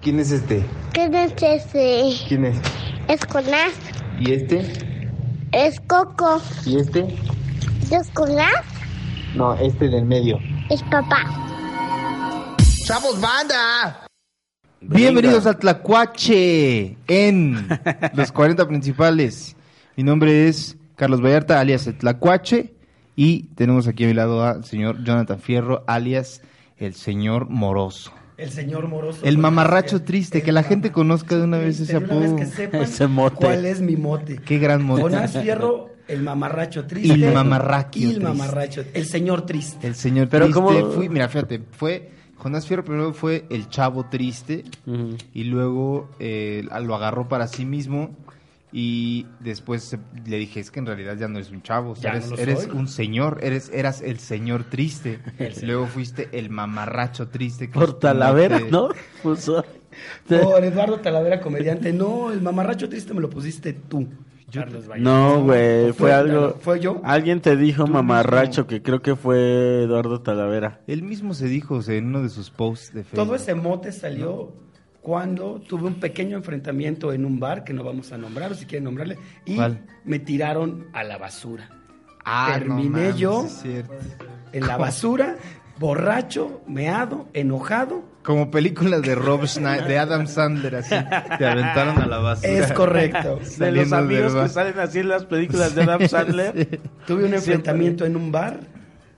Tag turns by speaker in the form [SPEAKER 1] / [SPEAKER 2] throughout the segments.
[SPEAKER 1] ¿Quién es este?
[SPEAKER 2] ¿Quién es ese?
[SPEAKER 1] ¿Quién es?
[SPEAKER 2] Es Jonás.
[SPEAKER 1] ¿Y este?
[SPEAKER 2] Es Coco.
[SPEAKER 1] ¿Y este?
[SPEAKER 2] ¿Es Jonás?
[SPEAKER 1] No, este del medio.
[SPEAKER 2] Es papá.
[SPEAKER 3] ¡Chavos, banda!
[SPEAKER 1] Bienvenidos a Tlacuache en los 40 principales. Mi nombre es Carlos Vallarta, alias el Tlacuache, y tenemos aquí a mi lado al señor Jonathan Fierro, alias el señor Moroso.
[SPEAKER 4] El señor moroso.
[SPEAKER 1] El mamarracho triste, que la gente conozca de una vez ese apodo.
[SPEAKER 4] que sepan
[SPEAKER 5] Ese mote.
[SPEAKER 4] cuál es mi mote.
[SPEAKER 1] Qué gran mote.
[SPEAKER 4] Jonás Fierro, el mamarracho triste.
[SPEAKER 1] El mamarraquio
[SPEAKER 4] Y El
[SPEAKER 1] triste.
[SPEAKER 4] mamarracho. El señor triste.
[SPEAKER 1] El señor
[SPEAKER 5] Pero
[SPEAKER 1] triste
[SPEAKER 5] ¿cómo?
[SPEAKER 1] fui- mira, fíjate, fue Jonás Fierro primero fue el chavo triste
[SPEAKER 5] Ujú.
[SPEAKER 1] y luego eh, lo agarró para sí mismo y después se- le dije, es que en realidad ya no eres un chavo, o sea,
[SPEAKER 4] Ya
[SPEAKER 1] eres,
[SPEAKER 4] no lo
[SPEAKER 1] eres
[SPEAKER 4] soy.
[SPEAKER 1] un señor, eres eras el señor triste. luego fuiste el mamarracho triste. que este.
[SPEAKER 5] Por Talavera,
[SPEAKER 1] te-
[SPEAKER 5] ¿no? Puso.
[SPEAKER 4] Por Eduardo Talavera, comediante. No, el mamarracho triste me lo pusiste tú. Carlos Vallarta.
[SPEAKER 5] No, güey, fue algo.
[SPEAKER 4] ¿Fue yo?
[SPEAKER 5] Alguien te dijo
[SPEAKER 1] Tú
[SPEAKER 5] mamarracho,
[SPEAKER 1] mismo.
[SPEAKER 5] que creo que fue Eduardo Talavera.
[SPEAKER 1] Él mismo se dijo o sea, en uno de sus posts de Facebook.
[SPEAKER 4] Todo ese mote salió cuando tuve un pequeño enfrentamiento en un bar que no vamos a nombrar, o si quieren nombrarle, y
[SPEAKER 1] ¿Cuál?
[SPEAKER 4] me tiraron a la basura.
[SPEAKER 1] Ah, no
[SPEAKER 4] terminé
[SPEAKER 1] mames,
[SPEAKER 4] yo.
[SPEAKER 1] es cierto.
[SPEAKER 4] En la basura, borracho, meado, enojado.
[SPEAKER 1] Como películas de Rob Schneider, de Adam Sandler, así. Te aventaron a la basura.
[SPEAKER 4] Es correcto.
[SPEAKER 5] De los
[SPEAKER 1] Saliendo
[SPEAKER 5] amigos
[SPEAKER 1] del
[SPEAKER 5] que
[SPEAKER 1] bar.
[SPEAKER 5] salen así en las películas de Adam Sandler.
[SPEAKER 4] Tuve un enfrentamiento en un bar,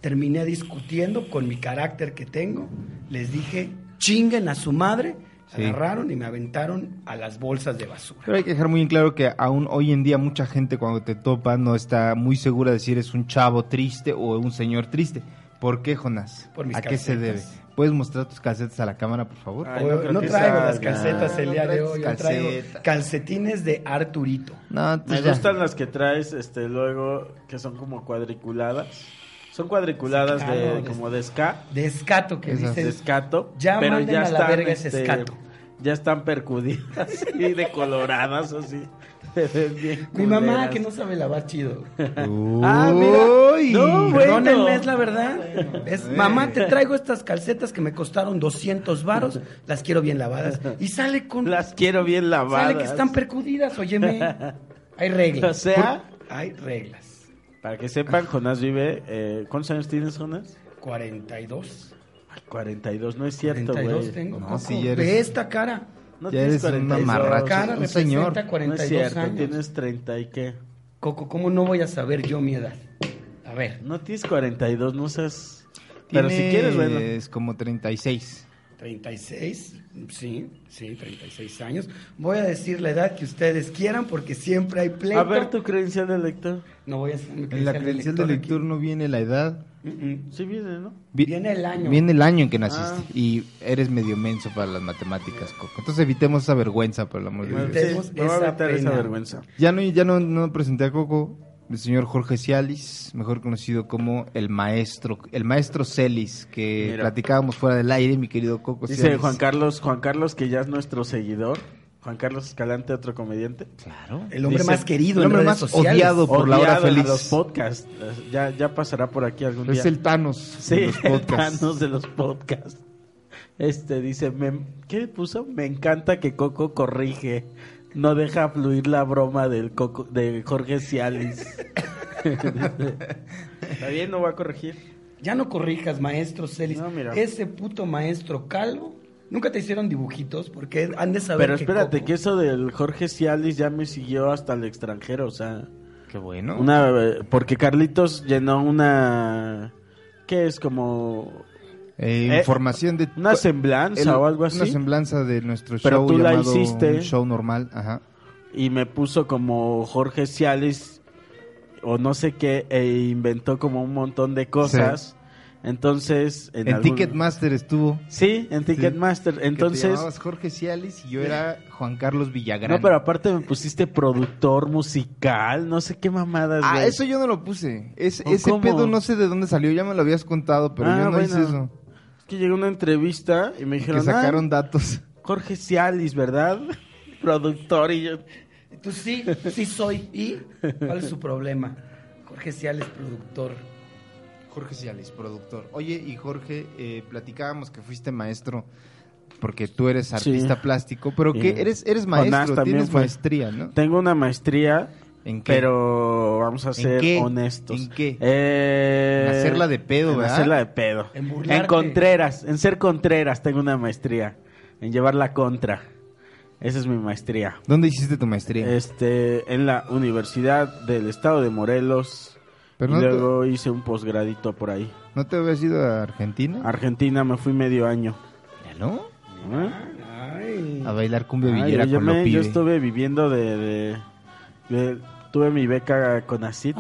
[SPEAKER 4] terminé discutiendo con mi carácter que tengo, les dije, chinguen a su madre,
[SPEAKER 1] Sí.
[SPEAKER 4] agarraron y me aventaron a las bolsas de basura.
[SPEAKER 1] Pero hay que dejar muy en claro que aún hoy en día mucha gente cuando te topa no está muy segura de si eres un chavo triste o un señor triste. ¿Por qué, Jonás?
[SPEAKER 4] Por mis
[SPEAKER 1] ¿A qué se debe?
[SPEAKER 4] calcetas.
[SPEAKER 1] ¿Puedes mostrar tus calcetas a la cámara, por favor?
[SPEAKER 5] Ay,
[SPEAKER 4] O-
[SPEAKER 5] no
[SPEAKER 4] no,
[SPEAKER 5] creo que
[SPEAKER 4] traigo las
[SPEAKER 5] salga.
[SPEAKER 4] calcetas el
[SPEAKER 1] No
[SPEAKER 4] día de
[SPEAKER 1] traes
[SPEAKER 4] hoy, yo traigo
[SPEAKER 1] calcetas.
[SPEAKER 4] calcetines de Arturito.
[SPEAKER 1] No, entonces
[SPEAKER 5] Me
[SPEAKER 1] ya.
[SPEAKER 5] gustan las que traes, este, luego, que son como cuadriculadas. Son cuadriculadas
[SPEAKER 4] Claro,
[SPEAKER 5] de,
[SPEAKER 4] de-
[SPEAKER 5] como de ska,
[SPEAKER 4] De escato que
[SPEAKER 1] Esas.
[SPEAKER 5] de
[SPEAKER 4] dicen.
[SPEAKER 5] escato.
[SPEAKER 4] Ya
[SPEAKER 5] pero
[SPEAKER 4] manden
[SPEAKER 5] ya
[SPEAKER 4] a la
[SPEAKER 5] están, este,
[SPEAKER 4] verga ese escato.
[SPEAKER 5] Ya están percudidas y decoloradas así. Se ven bien
[SPEAKER 4] Mi mamá
[SPEAKER 5] culeras.
[SPEAKER 4] que no sabe lavar chido.
[SPEAKER 1] Uy.
[SPEAKER 5] Ah, mira. No, güey. Bueno.
[SPEAKER 4] Perdónenme, es la verdad. Es, mamá, te traigo estas calcetas que me costaron 200 varos, las quiero bien lavadas. Y sale con...
[SPEAKER 5] Las quiero bien lavadas.
[SPEAKER 4] Sale que están percudidas, óyeme. Hay reglas.
[SPEAKER 5] O sea-
[SPEAKER 4] hay reglas.
[SPEAKER 5] Para que sepan, Jonás vive. Eh, ¿Cuántos años tienes, Jonás?
[SPEAKER 4] 42.
[SPEAKER 5] Ay, 42, no es cierto,
[SPEAKER 4] 42
[SPEAKER 5] güey.
[SPEAKER 4] tengo.
[SPEAKER 1] No,
[SPEAKER 4] Coco.
[SPEAKER 1] si ya eres-
[SPEAKER 4] Ve esta cara.
[SPEAKER 5] No
[SPEAKER 1] Ya
[SPEAKER 5] tienes
[SPEAKER 1] eres un
[SPEAKER 5] 42.
[SPEAKER 1] mamarracho.
[SPEAKER 4] cara
[SPEAKER 1] un
[SPEAKER 4] representa
[SPEAKER 1] señor.
[SPEAKER 4] 42
[SPEAKER 5] no es cierto,
[SPEAKER 4] años.
[SPEAKER 5] tienes 30 y qué.
[SPEAKER 4] Coco, ¿cómo no voy a saber yo mi edad? A ver,
[SPEAKER 5] No tienes 42, no seas. Pero si
[SPEAKER 1] Tienes
[SPEAKER 5] quieres, bueno.
[SPEAKER 1] como 36.
[SPEAKER 4] 36. Sí, sí, 36 años. Voy a decir la edad que ustedes quieran porque siempre hay pleito.
[SPEAKER 5] A ver tu credencial de lector.
[SPEAKER 4] No voy a hacer mi
[SPEAKER 1] En la credencial de lector
[SPEAKER 4] aquí.
[SPEAKER 1] no viene la edad.
[SPEAKER 4] Mm, mm.
[SPEAKER 5] Sí viene, ¿no?
[SPEAKER 1] Vi-
[SPEAKER 4] Viene el año.
[SPEAKER 1] Viene el año en que naciste.
[SPEAKER 5] Ah.
[SPEAKER 1] Y eres medio menso para las matemáticas, Coco. Entonces evitemos esa vergüenza, por el amor de Dios.
[SPEAKER 4] Evite- Evitemos
[SPEAKER 5] Sí, me voy a
[SPEAKER 4] esa
[SPEAKER 5] evitar esa
[SPEAKER 4] pena.
[SPEAKER 5] vergüenza.
[SPEAKER 1] Ya no, ya no, no presenté a Coco, el señor Jorge Cialis, mejor conocido como el maestro, el maestro Celis, que
[SPEAKER 5] Mira.
[SPEAKER 1] platicábamos fuera del aire, mi querido Coco
[SPEAKER 5] Dice
[SPEAKER 1] Celis.
[SPEAKER 5] Juan Carlos, Juan Carlos, que ya es nuestro seguidor. Juan Carlos Escalante, otro comediante.
[SPEAKER 1] Claro.
[SPEAKER 4] El hombre
[SPEAKER 5] Dice-
[SPEAKER 4] más querido,
[SPEAKER 1] el
[SPEAKER 4] el
[SPEAKER 1] hombre
[SPEAKER 4] hombre
[SPEAKER 1] más odiado por la hora
[SPEAKER 5] Odiado en
[SPEAKER 1] feliz.
[SPEAKER 5] los podcasts. Ya, ya pasará por aquí algún
[SPEAKER 1] Es
[SPEAKER 5] día.
[SPEAKER 1] el Thanos de
[SPEAKER 5] Sí,
[SPEAKER 1] los
[SPEAKER 5] el
[SPEAKER 1] podcasts.
[SPEAKER 5] Thanos de los podcasts. Este dice, me, ¿qué puso? Me encanta que Coco corrige. No deja fluir la broma del Coco, de Jorge Cialis. Está bien, no va a corregir.
[SPEAKER 4] Ya no corrijas, maestro Celis.
[SPEAKER 5] No, mira.
[SPEAKER 4] Ese puto maestro calvo. Nunca te hicieron dibujitos porque han de saber.
[SPEAKER 5] Pero espérate,
[SPEAKER 4] Coco-
[SPEAKER 5] que eso del Jorge Cialis ya me siguió hasta el extranjero, o sea,
[SPEAKER 1] Qué bueno.
[SPEAKER 5] una eh, porque Carlitos llenó una ¿qué es como
[SPEAKER 1] Eh,
[SPEAKER 5] Eh,
[SPEAKER 1] información de
[SPEAKER 5] una semblanza
[SPEAKER 1] el-
[SPEAKER 5] o algo así?
[SPEAKER 1] Una semblanza de nuestro
[SPEAKER 5] Pero
[SPEAKER 1] show
[SPEAKER 5] tú la
[SPEAKER 1] llamado
[SPEAKER 5] hiciste.
[SPEAKER 1] un show normal, ajá.
[SPEAKER 5] y me puso como Jorge Cialis o no sé qué e inventó como un montón de cosas. Entonces,
[SPEAKER 1] En,
[SPEAKER 5] algún-
[SPEAKER 1] Ticketmaster estuvo. que
[SPEAKER 5] Sí, en Ticketmaster.
[SPEAKER 1] te
[SPEAKER 5] Entonces,
[SPEAKER 1] llamabas Jorge Cialis y yo era Juan Carlos Villagrán.
[SPEAKER 5] no, pero aparte me pusiste productor musical, no sé qué mamadas.
[SPEAKER 1] Ah,
[SPEAKER 5] güey.
[SPEAKER 1] eso yo no lo puse. Es-
[SPEAKER 5] ¿O
[SPEAKER 1] ese
[SPEAKER 5] cómo?
[SPEAKER 1] pedo no sé de dónde salió, ya me lo habías contado, pero
[SPEAKER 5] Ah,
[SPEAKER 1] yo no
[SPEAKER 5] bueno.
[SPEAKER 1] hice eso.
[SPEAKER 5] Es que llegó una entrevista y me
[SPEAKER 1] Que
[SPEAKER 5] dijeron,
[SPEAKER 1] sacaron datos.
[SPEAKER 5] "Ah, Jorge Cialis, ¿verdad? productor y yo.
[SPEAKER 4] Tú sí, sí soy. ¿Y cuál es su problema? Jorge Ciales, productor.
[SPEAKER 1] Jorge Cialis, productor. Oye, y Jorge, eh, platicábamos que fuiste maestro porque tú eres
[SPEAKER 5] Sí.
[SPEAKER 1] artista plástico, pero
[SPEAKER 5] Sí.
[SPEAKER 1] que eres, eres
[SPEAKER 5] Jonás
[SPEAKER 1] maestro,
[SPEAKER 5] también
[SPEAKER 1] tienes
[SPEAKER 5] fue.
[SPEAKER 1] maestría, ¿no?
[SPEAKER 5] Tengo una maestría,
[SPEAKER 1] ¿En qué?
[SPEAKER 5] pero vamos a ser
[SPEAKER 1] qué?
[SPEAKER 5] honestos.
[SPEAKER 1] ¿En qué?
[SPEAKER 5] Eh,
[SPEAKER 1] En hacerla de pedo,
[SPEAKER 5] en
[SPEAKER 1] ¿verdad?
[SPEAKER 5] hacerla de pedo.
[SPEAKER 4] En
[SPEAKER 5] En,
[SPEAKER 4] burlarte.
[SPEAKER 5] Contreras, en ser Contreras tengo una maestría. En llevar la contra. Esa es mi maestría.
[SPEAKER 1] ¿Dónde hiciste tu maestría?
[SPEAKER 5] Este, en la Universidad del Estado de Morelos.
[SPEAKER 1] Pero
[SPEAKER 5] y
[SPEAKER 1] no te-
[SPEAKER 5] luego hice un posgradito por ahí.
[SPEAKER 1] ¿No te habías ido a
[SPEAKER 5] Ah,
[SPEAKER 1] Argentina?
[SPEAKER 5] Argentina me fui medio año.
[SPEAKER 1] ¿No?
[SPEAKER 5] ¿Eh?
[SPEAKER 4] Ay.
[SPEAKER 1] A bailar cumbia
[SPEAKER 5] Ay,
[SPEAKER 1] villera
[SPEAKER 5] yo,
[SPEAKER 1] con los
[SPEAKER 5] me- yo
[SPEAKER 1] pibes.
[SPEAKER 5] estuve viviendo de, de- de- Tuve mi beca con ACID.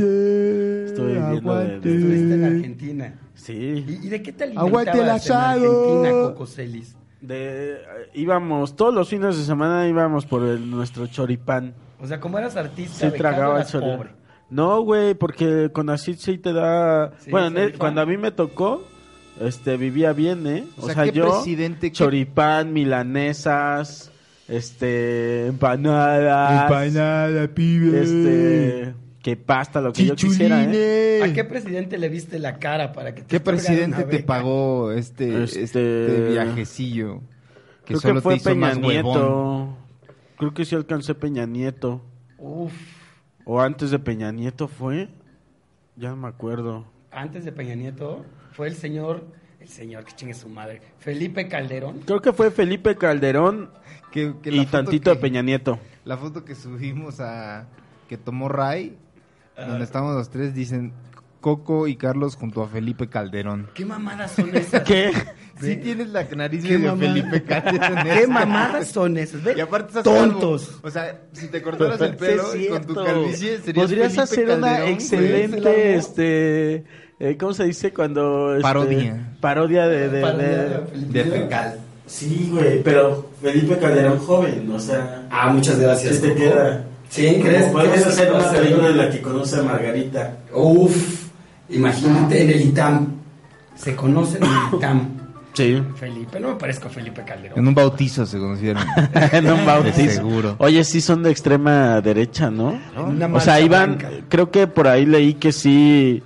[SPEAKER 1] Aguante.
[SPEAKER 5] Estuve viviendo de- este,
[SPEAKER 1] aguante.
[SPEAKER 5] de-
[SPEAKER 4] Estuviste en Argentina.
[SPEAKER 5] Sí.
[SPEAKER 4] ¿Y, y de qué te
[SPEAKER 1] Aguante
[SPEAKER 4] alimentabas en
[SPEAKER 1] el asado.
[SPEAKER 4] Argentina, Cocoselis?
[SPEAKER 5] De, íbamos, todos los fines de semana íbamos por el- nuestro choripán.
[SPEAKER 4] O sea, como eras artista,
[SPEAKER 5] Sí,
[SPEAKER 4] becado,
[SPEAKER 5] tragaba el
[SPEAKER 4] eras
[SPEAKER 5] choripán.
[SPEAKER 4] pobre.
[SPEAKER 5] No, güey, porque con ACID sí te da...
[SPEAKER 4] Sí,
[SPEAKER 5] bueno,
[SPEAKER 4] sí,
[SPEAKER 5] ne-
[SPEAKER 4] sí.
[SPEAKER 5] cuando a mí me tocó, este, vivía bien, ¿eh? O,
[SPEAKER 1] O sea,
[SPEAKER 5] sea,
[SPEAKER 1] ¿qué
[SPEAKER 5] yo...
[SPEAKER 1] presidente- qué-
[SPEAKER 5] Choripán, milanesas, este, empanadas...
[SPEAKER 1] Empanada, pibe.
[SPEAKER 5] Este... Que pasta, lo que yo quisiera, ¿eh?
[SPEAKER 1] Chichulines.
[SPEAKER 4] ¿A qué presidente le viste la cara para que te
[SPEAKER 1] ¿Qué
[SPEAKER 4] otorgaran
[SPEAKER 1] presidente
[SPEAKER 4] una
[SPEAKER 1] te
[SPEAKER 4] beca?
[SPEAKER 1] pagó este, este...
[SPEAKER 5] Este-
[SPEAKER 1] viajecillo? Que
[SPEAKER 5] Creo
[SPEAKER 1] solo
[SPEAKER 5] que fue
[SPEAKER 1] te hizo
[SPEAKER 5] Peña
[SPEAKER 1] más huevón.
[SPEAKER 5] Nieto. Creo que sí alcancé Peña Nieto.
[SPEAKER 4] Uf,
[SPEAKER 5] O antes de Peña Nieto fue. Ya no me acuerdo.
[SPEAKER 4] antes de Peña Nieto fue el señor, el señor que chingue su madre, Felipe Calderón.
[SPEAKER 5] Creo que fue Felipe Calderón
[SPEAKER 1] Que- que la
[SPEAKER 5] y
[SPEAKER 1] foto
[SPEAKER 5] tantito
[SPEAKER 1] que-
[SPEAKER 5] de Peña Nieto.
[SPEAKER 1] La foto que subimos a... Que tomó Ray, donde estamos los tres, dicen... Coco y Carlos junto a Felipe Calderón.
[SPEAKER 4] ¿Qué mamadas son esas?
[SPEAKER 5] ¿Qué?
[SPEAKER 1] Sí tienes la nariz de
[SPEAKER 4] ¿Qué mamada?
[SPEAKER 1] Felipe Calderón.
[SPEAKER 4] ¿Qué mamadas son esas? Ve,
[SPEAKER 1] Y aparte estás
[SPEAKER 4] tontos.
[SPEAKER 1] calvo. O sea, si te cortaras el pelo
[SPEAKER 5] Sí, es
[SPEAKER 1] con tu
[SPEAKER 5] cierto.
[SPEAKER 1] calvicie, serías
[SPEAKER 5] Podrías
[SPEAKER 1] Felipe
[SPEAKER 5] hacer
[SPEAKER 1] Calderón,
[SPEAKER 5] una
[SPEAKER 1] güey.
[SPEAKER 5] excelente,
[SPEAKER 4] Se la armó.
[SPEAKER 5] este, eh, ¿cómo se dice cuando? este,
[SPEAKER 1] Parodia.
[SPEAKER 5] Parodia de, de-
[SPEAKER 4] Para
[SPEAKER 5] de-
[SPEAKER 4] nada,
[SPEAKER 1] De
[SPEAKER 4] Felipe.
[SPEAKER 1] fecal.
[SPEAKER 5] Sí, güey, pero Felipe Calderón joven, o sea.
[SPEAKER 6] Ah, muchas gracias.
[SPEAKER 5] Sí te
[SPEAKER 6] Coco.
[SPEAKER 5] queda.
[SPEAKER 6] Sí, ¿crees?
[SPEAKER 5] Podemos
[SPEAKER 6] ¿Crees
[SPEAKER 5] hacer
[SPEAKER 6] que va
[SPEAKER 5] una
[SPEAKER 6] a ser?
[SPEAKER 5] película en la que conoce a Margarita.
[SPEAKER 6] Uf, imagínate en el ITAM.
[SPEAKER 4] Se conocen en Tam.
[SPEAKER 5] Sí.
[SPEAKER 4] Felipe, no me parezco a Felipe
[SPEAKER 1] En
[SPEAKER 4] Calderón.
[SPEAKER 1] un bautizo se conocieron.
[SPEAKER 5] en un bautizo.
[SPEAKER 1] De seguro.
[SPEAKER 5] Oye, sí son de extrema derecha, ¿no?
[SPEAKER 4] En una
[SPEAKER 5] O sea,
[SPEAKER 4] marcha
[SPEAKER 5] iban,
[SPEAKER 4] blanca.
[SPEAKER 5] creo que por ahí leí que sí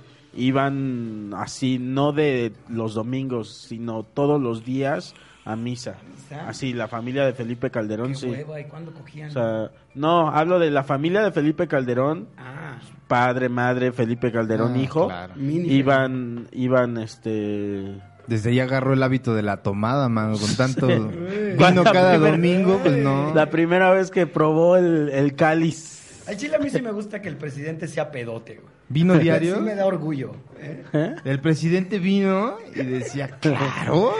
[SPEAKER 5] iban así, no de los domingos, sino todos los días a misa.
[SPEAKER 4] ¿Misa?
[SPEAKER 5] Así, la familia de Felipe Calderón,
[SPEAKER 4] Qué
[SPEAKER 5] sí.
[SPEAKER 4] hueva, ¿y cuándo cogían?
[SPEAKER 5] O sea, no, hablo de la familia de Felipe Calderón,
[SPEAKER 4] ah,
[SPEAKER 5] padre, madre, Felipe Calderón,
[SPEAKER 1] Ah,
[SPEAKER 5] hijo.
[SPEAKER 1] claro.
[SPEAKER 4] mini.
[SPEAKER 5] Iban, iban, este...
[SPEAKER 1] Desde ahí agarró el hábito de la tomada, mano, con tanto vino
[SPEAKER 5] Cuando la
[SPEAKER 1] cada
[SPEAKER 5] primera-
[SPEAKER 1] domingo, pues no.
[SPEAKER 5] La primera vez que probó el, el cáliz.
[SPEAKER 4] Al chile a mí sí me gusta que el presidente sea pedote, güey.
[SPEAKER 1] Vino
[SPEAKER 4] Sí
[SPEAKER 1] diario.
[SPEAKER 4] me da orgullo. ¿eh?
[SPEAKER 5] ¿Eh?
[SPEAKER 1] El presidente vino y decía, claro,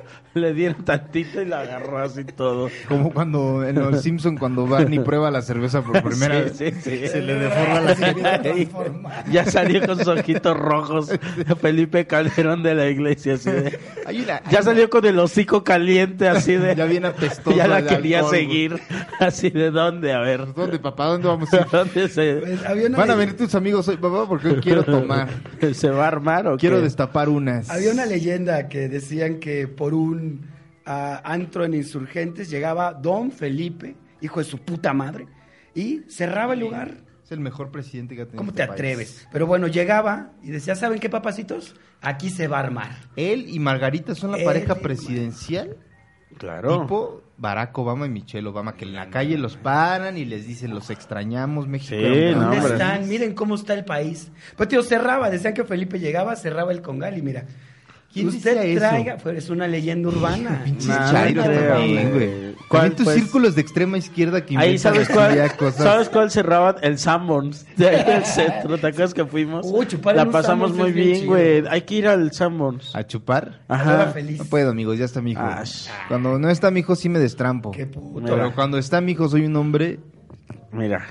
[SPEAKER 5] Le dieron tantito y la agarró así todo.
[SPEAKER 1] Como cuando en los Simpson cuando Barney prueba la cerveza por primera vez.
[SPEAKER 5] Sí, sí, sí.
[SPEAKER 1] Se le deforma la
[SPEAKER 5] Ay, Ya salió con sus ojitos rojos Felipe Calderón de la iglesia. así de-
[SPEAKER 1] Hay una-
[SPEAKER 5] Ya salió con el hocico caliente así de...
[SPEAKER 1] Ya bien apestoso
[SPEAKER 5] Ya la
[SPEAKER 1] de
[SPEAKER 5] quería
[SPEAKER 1] alcohol, Pues,
[SPEAKER 5] seguir. Así de dónde, a ver.
[SPEAKER 1] ¿Dónde, papá? ¿Dónde vamos a ir?
[SPEAKER 5] ¿Dónde se,
[SPEAKER 4] Pues, había una
[SPEAKER 1] Van a
[SPEAKER 4] ley-
[SPEAKER 1] venir tus amigos hoy, papá, porque hoy quiero tomar.
[SPEAKER 5] se va a armar o
[SPEAKER 1] Quiero
[SPEAKER 5] qué?
[SPEAKER 1] destapar unas.
[SPEAKER 4] Había una leyenda que decían que por un ah, antro en insurgentes llegaba Don Felipe, hijo de su puta madre, y cerraba el lugar.
[SPEAKER 1] Es el mejor presidente que ha tenido.
[SPEAKER 4] ¿Cómo
[SPEAKER 1] este
[SPEAKER 4] te
[SPEAKER 1] país.
[SPEAKER 4] atreves? Pero bueno, llegaba y decía, ¿saben qué, papacitos? Aquí se va a armar.
[SPEAKER 1] Él y Margarita son la
[SPEAKER 4] Él y
[SPEAKER 1] pareja
[SPEAKER 4] Mar-
[SPEAKER 1] presidencial.
[SPEAKER 5] Claro.
[SPEAKER 1] Tipo Barack Obama y Michelle Obama, que en la calle los paran y les dicen, los extrañamos, México.
[SPEAKER 5] Sí,
[SPEAKER 1] era un gran
[SPEAKER 5] no,
[SPEAKER 4] ¿Dónde
[SPEAKER 5] hombre.
[SPEAKER 1] país".
[SPEAKER 4] están? Miren cómo está el país. Pues tío, cerraba, decían que Felipe llegaba, cerraba el congal y mira.
[SPEAKER 1] ¿Quién
[SPEAKER 4] usted
[SPEAKER 1] decía eso?
[SPEAKER 4] traiga, pues, es una leyenda urbana.
[SPEAKER 1] Pinches
[SPEAKER 5] Nah, no
[SPEAKER 1] chairos
[SPEAKER 5] creo,
[SPEAKER 1] también,
[SPEAKER 5] güey.
[SPEAKER 1] güey.
[SPEAKER 5] ¿Cuál,
[SPEAKER 1] También tus
[SPEAKER 5] pues?
[SPEAKER 1] círculos de extrema izquierda que
[SPEAKER 5] Ahí
[SPEAKER 1] inventan
[SPEAKER 5] sabes
[SPEAKER 1] así
[SPEAKER 5] cuál,
[SPEAKER 1] ya cosas.
[SPEAKER 5] sabes cuál cerraban el Sanborns de ahí del centro, ¿te acuerdas que fuimos?
[SPEAKER 4] Uy, chupar en
[SPEAKER 5] la
[SPEAKER 4] un
[SPEAKER 5] pasamos
[SPEAKER 4] Sanborns
[SPEAKER 5] muy
[SPEAKER 4] es bien
[SPEAKER 5] bien,
[SPEAKER 4] chido.
[SPEAKER 5] güey. Hay que ir al Sanborns.
[SPEAKER 1] ¿A chupar?
[SPEAKER 4] Era
[SPEAKER 5] Ajá.
[SPEAKER 4] feliz.
[SPEAKER 1] No puedo, amigos, ya está mi hijo.
[SPEAKER 5] Ah, sh-
[SPEAKER 1] Cuando no está mi hijo, sí me destrampo.
[SPEAKER 4] Qué puto.
[SPEAKER 5] Mira.
[SPEAKER 1] Pero cuando está mi hijo, soy un hombre
[SPEAKER 5] Mira.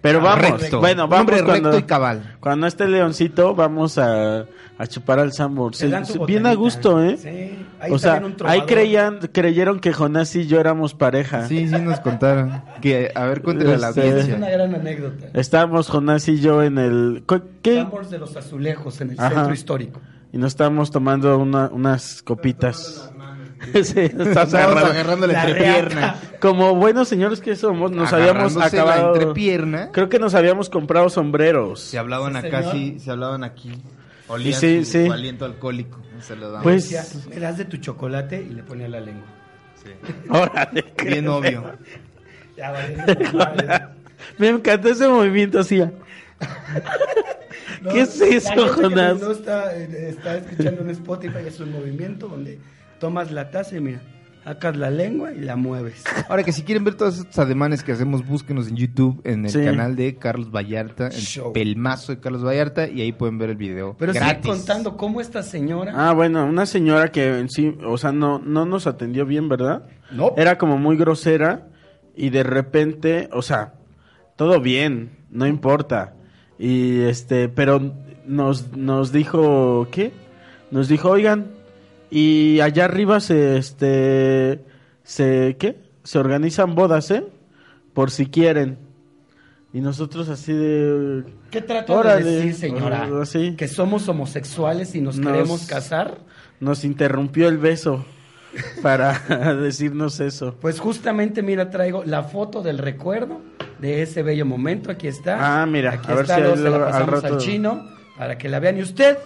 [SPEAKER 5] Pero vamos,
[SPEAKER 1] Ah, recto.
[SPEAKER 5] bueno,
[SPEAKER 1] Un
[SPEAKER 5] vamos
[SPEAKER 1] hombre
[SPEAKER 5] cuando,
[SPEAKER 1] recto y cabal.
[SPEAKER 5] cuando esté Leoncito vamos a, a chupar al Sanborns.
[SPEAKER 4] Te dan
[SPEAKER 5] Sí,
[SPEAKER 4] tu
[SPEAKER 5] sí, bien
[SPEAKER 4] botanita.
[SPEAKER 5] a gusto, ¿eh?
[SPEAKER 4] Sí. Ahí
[SPEAKER 5] o sea,
[SPEAKER 4] también un
[SPEAKER 5] ahí
[SPEAKER 4] trovador.
[SPEAKER 5] creían, creyeron que Jonás y yo éramos pareja.
[SPEAKER 1] Sí, sí nos contaron. Que, a ver, cuéntale a la
[SPEAKER 5] Este-
[SPEAKER 4] Es una
[SPEAKER 1] audiencia.
[SPEAKER 4] gran anécdota.
[SPEAKER 5] Eh, Estábamos Jonás y yo en el ¿cu- ¿qué?
[SPEAKER 4] Tambores de los azulejos en el
[SPEAKER 5] Ajá.
[SPEAKER 4] centro histórico.
[SPEAKER 5] Y nos estábamos tomando una- unas copitas. Sí, nos estábamos
[SPEAKER 1] Estábamos
[SPEAKER 5] agarrando-
[SPEAKER 1] agarrando la
[SPEAKER 4] La
[SPEAKER 1] entrepierna.
[SPEAKER 5] Como buenos señores que somos, nos habíamos
[SPEAKER 1] Agarrándose la
[SPEAKER 5] acabado.
[SPEAKER 1] entrepierna.
[SPEAKER 5] Creo que nos habíamos comprado sombreros.
[SPEAKER 1] Se hablaban
[SPEAKER 4] Sí,
[SPEAKER 1] acá,
[SPEAKER 4] señor.
[SPEAKER 1] sí, se hablaban aquí. Olía
[SPEAKER 5] sí,
[SPEAKER 1] su,
[SPEAKER 5] sí.
[SPEAKER 1] su aliento alcohólico. Se lo damos.
[SPEAKER 5] Pues-
[SPEAKER 4] Decía, me das de tu chocolate y le ponía la lengua.
[SPEAKER 1] Sí.
[SPEAKER 5] Órale.
[SPEAKER 1] Bien obvio.
[SPEAKER 4] Ya, valiendo madre.
[SPEAKER 5] Me encantó ese movimiento así. ya.
[SPEAKER 4] No,
[SPEAKER 5] ¿Qué es
[SPEAKER 4] la
[SPEAKER 5] eso,
[SPEAKER 4] gente que
[SPEAKER 5] Jonás?
[SPEAKER 4] No está, eh, está escuchando en Spotify, es un movimiento donde tomas la taza y mira, sacas la lengua y la mueves.
[SPEAKER 1] Ahora que si quieren ver todos estos ademanes que hacemos, búsquenos en YouTube, en el
[SPEAKER 5] Sí.
[SPEAKER 1] canal de Carlos Vallarta, el
[SPEAKER 4] Show.
[SPEAKER 1] pelmazo de Carlos Vallarta, y ahí pueden ver el video.
[SPEAKER 4] Pero sigue
[SPEAKER 1] gratis.
[SPEAKER 4] contando cómo esta señora.
[SPEAKER 5] Ah, bueno, una señora que en sí, o sea, no, no nos atendió bien, ¿verdad?
[SPEAKER 4] No.
[SPEAKER 5] Era como muy grosera y de repente, o sea, todo bien, no importa. Y este, pero nos, nos dijo, ¿qué? Nos dijo, oigan, y allá arriba se, este, se, ¿qué? Se organizan bodas, ¿eh? Por si quieren. Y nosotros así de...
[SPEAKER 4] ¿Qué trato
[SPEAKER 5] Órale.
[SPEAKER 4] de decir, señora?
[SPEAKER 5] Ah, sí.
[SPEAKER 4] Que somos homosexuales y nos,
[SPEAKER 5] Nos-
[SPEAKER 4] queremos casar.
[SPEAKER 5] Nos interrumpió el beso para decirnos eso.
[SPEAKER 4] Pues justamente, mira, traigo la foto del recuerdo de ese bello momento. Aquí está.
[SPEAKER 5] Ah, mira,
[SPEAKER 4] Aquí
[SPEAKER 5] a ver
[SPEAKER 4] está,
[SPEAKER 5] si
[SPEAKER 4] luego
[SPEAKER 5] ahí
[SPEAKER 4] se la
[SPEAKER 5] luego- al
[SPEAKER 4] pasamos
[SPEAKER 5] rato-
[SPEAKER 4] al chino para que la vean. Y usted,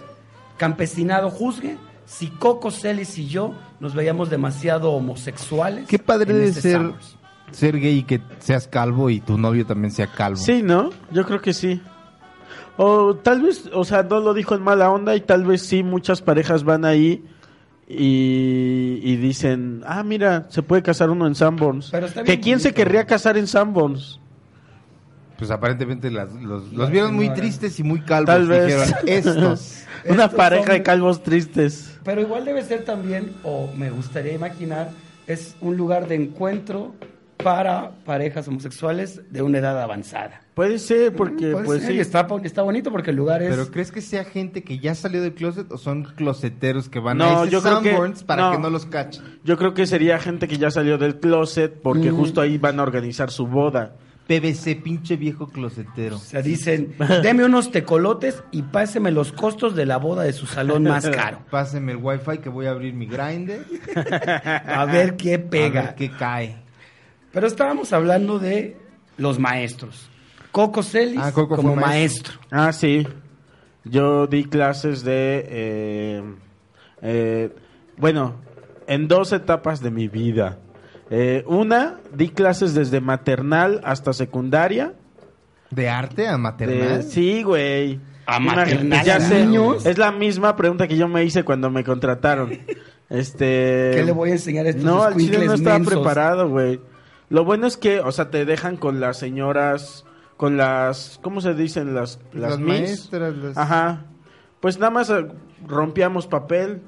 [SPEAKER 4] campesinado, juzgue si Coco Celis y yo nos veíamos demasiado homosexuales.
[SPEAKER 1] Qué padre
[SPEAKER 4] en
[SPEAKER 1] de
[SPEAKER 4] este
[SPEAKER 1] ser,
[SPEAKER 4] Summers.
[SPEAKER 1] ser gay y que seas calvo y tu novio también sea calvo.
[SPEAKER 5] Sí, ¿no? Yo creo que sí. O tal vez, o sea, no lo dijo en mala onda y tal vez sí muchas parejas van ahí y, y dicen, ah, mira, se puede casar uno en Sanborns.
[SPEAKER 4] Pero está
[SPEAKER 5] ¿Que
[SPEAKER 4] bien
[SPEAKER 5] quién se
[SPEAKER 4] bonito.
[SPEAKER 5] querría casar en Sanborns?
[SPEAKER 1] Pues aparentemente las- los, los
[SPEAKER 4] La
[SPEAKER 1] vieron muy
[SPEAKER 4] señora.
[SPEAKER 1] tristes y muy calvos.
[SPEAKER 5] Tal vez.
[SPEAKER 1] Dijeron, estos.
[SPEAKER 5] Una
[SPEAKER 4] Estos
[SPEAKER 5] pareja de
[SPEAKER 4] hombres-
[SPEAKER 5] calvos tristes.
[SPEAKER 4] Pero igual debe ser también, o me gustaría imaginar, es un lugar de encuentro para parejas homosexuales de una edad avanzada.
[SPEAKER 5] Puede ser, porque
[SPEAKER 4] Mm, Puede
[SPEAKER 5] pues
[SPEAKER 4] ser, y
[SPEAKER 5] sí.
[SPEAKER 4] está, po- está bonito porque el lugar es...
[SPEAKER 1] ¿Pero crees que sea gente que ya salió del closet o son closeteros que van
[SPEAKER 5] No,
[SPEAKER 1] a ese
[SPEAKER 5] yo creo que-
[SPEAKER 1] Sanborns para
[SPEAKER 5] no.
[SPEAKER 1] que no los cachen?
[SPEAKER 5] Yo creo que sería gente que ya salió del closet porque
[SPEAKER 4] Mm.
[SPEAKER 5] justo ahí van a organizar su boda.
[SPEAKER 1] PVC, pinche viejo closetero.
[SPEAKER 4] O sea, dicen, deme unos tecolotes y páseme los costos de la boda de su salón más caro.
[SPEAKER 1] Páseme el wifi que voy a abrir mi grinder.
[SPEAKER 4] A ver qué pega.
[SPEAKER 1] A ver qué cae.
[SPEAKER 4] Pero estábamos hablando de los maestros. Coco Celis
[SPEAKER 1] Ah, Coco fue
[SPEAKER 4] como
[SPEAKER 1] maestro.
[SPEAKER 4] maestro.
[SPEAKER 5] Ah, sí. Yo di clases de... eh, eh, bueno, en dos etapas de mi vida. Eh, una, di clases desde maternal hasta secundaria.
[SPEAKER 1] ¿De arte a
[SPEAKER 5] De,
[SPEAKER 1] maternal?
[SPEAKER 5] sí, güey.
[SPEAKER 4] ¿A
[SPEAKER 5] Imag-
[SPEAKER 4] maternal
[SPEAKER 5] ya
[SPEAKER 4] a
[SPEAKER 5] sé,
[SPEAKER 4] niños?
[SPEAKER 5] Es la misma pregunta que yo me hice cuando me contrataron. Este...
[SPEAKER 4] ¿Qué le voy a enseñar a estos
[SPEAKER 5] No, al chile no
[SPEAKER 4] escuincles
[SPEAKER 5] estaba
[SPEAKER 4] mensos?
[SPEAKER 5] preparado, güey. Lo bueno es que, o sea, te dejan con las señoras, con las, ¿cómo se dicen? Las, las,
[SPEAKER 1] Las
[SPEAKER 5] miss.
[SPEAKER 1] maestras, las-
[SPEAKER 5] Ajá. Pues nada más eh, rompíamos papel.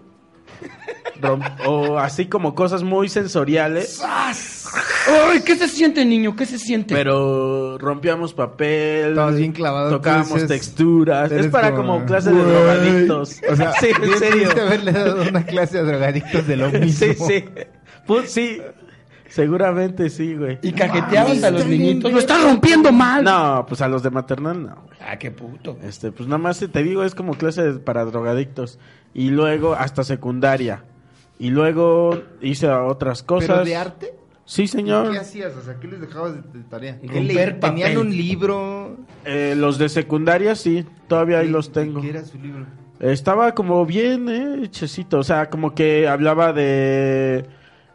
[SPEAKER 5] Rom- o así como cosas muy sensoriales.
[SPEAKER 4] ¡Ay, qué se siente, niño! ¿Qué se siente?
[SPEAKER 5] Pero rompíamos papel.
[SPEAKER 1] Estabas bien clavado, tú
[SPEAKER 5] Tocábamos
[SPEAKER 1] dices,
[SPEAKER 5] texturas. Es
[SPEAKER 1] eres
[SPEAKER 5] para
[SPEAKER 1] como-
[SPEAKER 5] como clase de
[SPEAKER 1] Güey.
[SPEAKER 5] drogadictos.
[SPEAKER 1] O sea,
[SPEAKER 5] sí, en
[SPEAKER 1] bien
[SPEAKER 5] serio.
[SPEAKER 1] triste haberle dado una clase a drogadictos de lo mismo.
[SPEAKER 5] Sí, sí. Put- sí. Seguramente sí, güey.
[SPEAKER 4] y cajeteabas
[SPEAKER 1] Mames,
[SPEAKER 5] Ah,
[SPEAKER 4] a los
[SPEAKER 1] está bien
[SPEAKER 4] niñitos.
[SPEAKER 1] bien.
[SPEAKER 4] ¡Lo está rompiendo mal!
[SPEAKER 5] No, pues a los de maternal no, güey.
[SPEAKER 4] Ah, qué puto.
[SPEAKER 5] Este, pues nada más te digo, es como clase de- para drogadictos. Y luego hasta secundaria. Y luego hice otras cosas.
[SPEAKER 1] ¿Pero de arte?
[SPEAKER 5] Sí, señor.
[SPEAKER 1] ¿Qué hacías? O sea, ¿qué les dejabas de, de tarea? ¿Qué
[SPEAKER 4] Romper papel.
[SPEAKER 1] ¿Tenían un libro?
[SPEAKER 5] Eh, los de secundaria sí, todavía ahí
[SPEAKER 1] ¿De-
[SPEAKER 5] los
[SPEAKER 1] de
[SPEAKER 5] tengo.
[SPEAKER 1] ¿Qué era su libro?
[SPEAKER 5] Estaba como bien, eh, chesito. O sea, como que hablaba de.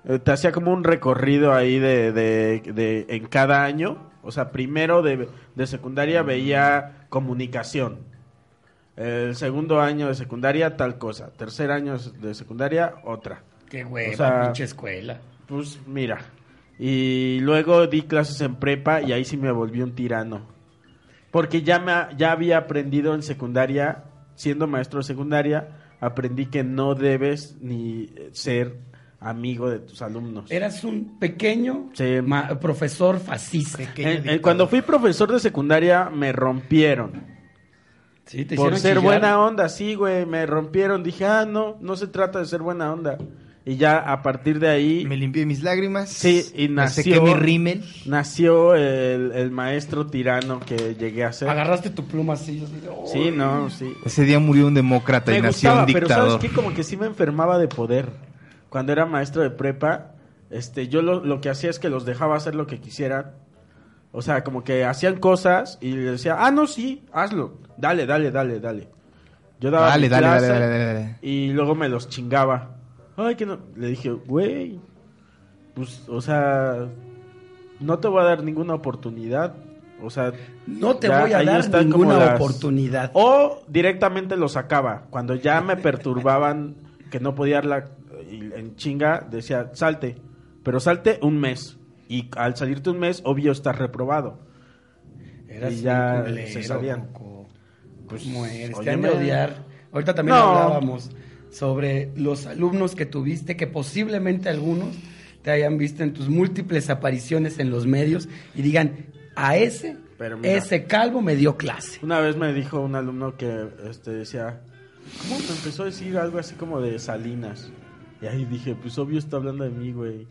[SPEAKER 5] eh, Te hacía como un recorrido ahí de, de, de- en cada año. O sea, primero de, de secundaria veía comunicación. El segundo año de secundaria, tal cosa. Tercer año de secundaria, otra.
[SPEAKER 4] Qué hueva,
[SPEAKER 5] O sea-
[SPEAKER 4] pinche escuela.
[SPEAKER 5] Pues mira. Y luego di clases en prepa y ahí sí me volví un tirano. Porque ya, me, ha- ya había aprendido en secundaria, siendo maestro de secundaria, aprendí que no debes ni eh, ser amigo de tus alumnos.
[SPEAKER 4] Eras un pequeño
[SPEAKER 5] Sí.
[SPEAKER 4] ma- profesor fascista.
[SPEAKER 5] En- en- Eh, cuando fui profesor de secundaria me rompieron.
[SPEAKER 4] Sí, te
[SPEAKER 5] Por
[SPEAKER 4] hicieron
[SPEAKER 5] ser
[SPEAKER 4] chillar.
[SPEAKER 5] buena onda, sí, güey, me rompieron. Dije, ah, no, no se trata de ser buena onda. Y ya a partir de ahí...
[SPEAKER 1] Me limpié mis lágrimas.
[SPEAKER 5] Sí, y
[SPEAKER 1] me
[SPEAKER 5] nació-
[SPEAKER 1] sequé mi rímel.
[SPEAKER 5] Nació el, el maestro tirano que llegué a ser.
[SPEAKER 4] Agarraste tu pluma así. así de, "Oh".
[SPEAKER 5] Sí, no, sí.
[SPEAKER 1] Ese día murió un demócrata
[SPEAKER 5] Me
[SPEAKER 1] y nació
[SPEAKER 5] gustaba,
[SPEAKER 1] un
[SPEAKER 5] pero ¿sabes
[SPEAKER 1] dictador.
[SPEAKER 5] qué? Como que sí me enfermaba de poder. Cuando era maestro de prepa, este, yo lo, lo que hacía es que los dejaba hacer lo que quisieran. O sea, como que hacían cosas y les decía, ah, no, sí, hazlo. Dale, dale, dale, dale. Yo daba
[SPEAKER 1] Dale,
[SPEAKER 5] mi
[SPEAKER 1] dale, dale,
[SPEAKER 5] clase
[SPEAKER 1] dale, dale, dale.
[SPEAKER 5] y luego me los chingaba. Ay, que no. Le dije, güey, pues, o sea, no te voy a dar ninguna oportunidad. O sea,
[SPEAKER 4] No te
[SPEAKER 5] ya
[SPEAKER 4] voy a
[SPEAKER 5] ahí
[SPEAKER 4] dar
[SPEAKER 5] está como
[SPEAKER 4] ninguna
[SPEAKER 5] las- Oh,
[SPEAKER 4] oportunidad.
[SPEAKER 5] O directamente lo sacaba. Cuando ya me perturbaban que no podía la y en chinga, decía, salte. Pero salte un mes. Y al salirte un mes, obvio, estás reprobado.
[SPEAKER 4] Eras
[SPEAKER 5] y ya
[SPEAKER 4] un culero,
[SPEAKER 5] se salían.
[SPEAKER 4] Coco.
[SPEAKER 5] Pues,
[SPEAKER 4] ¿Cómo eres? Te
[SPEAKER 5] óyeme.
[SPEAKER 4] han de odiar. Ahorita también
[SPEAKER 5] No.
[SPEAKER 4] hablábamos sobre los alumnos que tuviste, que posiblemente algunos te hayan visto en tus múltiples apariciones en los medios y digan, a ese,
[SPEAKER 5] Pero mira.
[SPEAKER 4] ese calvo me dio clase.
[SPEAKER 5] Una vez me dijo un alumno que este, decía, ¿cómo me empezó a decir algo así como de Salinas? Y ahí dije, pues obvio está hablando de mí, güey.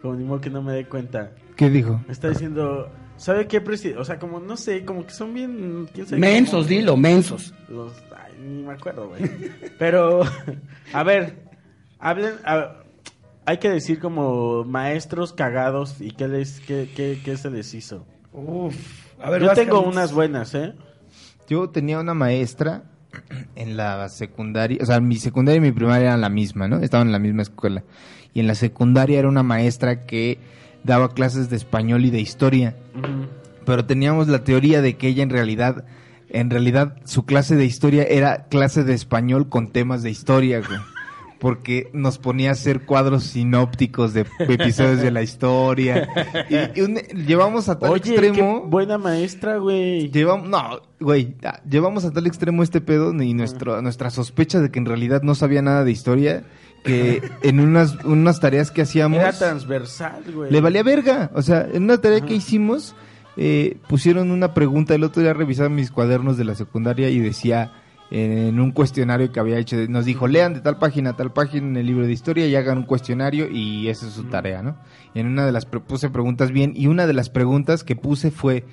[SPEAKER 5] Como ni modo que no me dé cuenta.
[SPEAKER 1] ¿Qué dijo?
[SPEAKER 5] Me está diciendo, ¿sabe qué presidente? O sea, como no sé, como que son bien. ¿quién sabe
[SPEAKER 4] Mensos,
[SPEAKER 5] cómo?
[SPEAKER 4] dilo, mensos.
[SPEAKER 5] Los, ay, ni me acuerdo, güey. Pero, a ver, hablen. a- hay que decir como maestros cagados y qué, les, qué, qué- qué se les hizo.
[SPEAKER 4] Uf. A ver,
[SPEAKER 5] Yo
[SPEAKER 4] vas,
[SPEAKER 5] tengo
[SPEAKER 4] Carlitos.
[SPEAKER 5] unas buenas, ¿eh?
[SPEAKER 1] Yo tenía una maestra en la secundaria, o sea, mi secundaria y mi primaria eran la misma, ¿no? Estaban en la misma escuela. Y en la secundaria era una maestra que daba clases de español y de historia, pero teníamos la teoría de que ella en realidad, en realidad su clase de historia era clase de español con temas de historia, güey. Porque nos ponía a hacer cuadros sinópticos de episodios de la historia. Y, y un- llevamos a tal
[SPEAKER 5] Oye, qué
[SPEAKER 1] extremo.
[SPEAKER 5] buena maestra, güey.
[SPEAKER 1] Llevamos, no, güey, ah, llevamos a tal extremo este pedo y nuestro, nuestra sospecha de que en realidad no sabía nada de historia, que en unas, unas tareas que hacíamos
[SPEAKER 5] Era transversal, güey.
[SPEAKER 1] le valía verga. O sea, en una tarea que hicimos eh, pusieron una pregunta, el otro día revisaba mis cuadernos de la secundaria y decía eh, en un cuestionario que había hecho, nos dijo, lean de tal página a tal página en el libro de historia y hagan un cuestionario y esa es su tarea, ¿no? Y en una de las pre- puse preguntas bien y una de las preguntas que puse fue,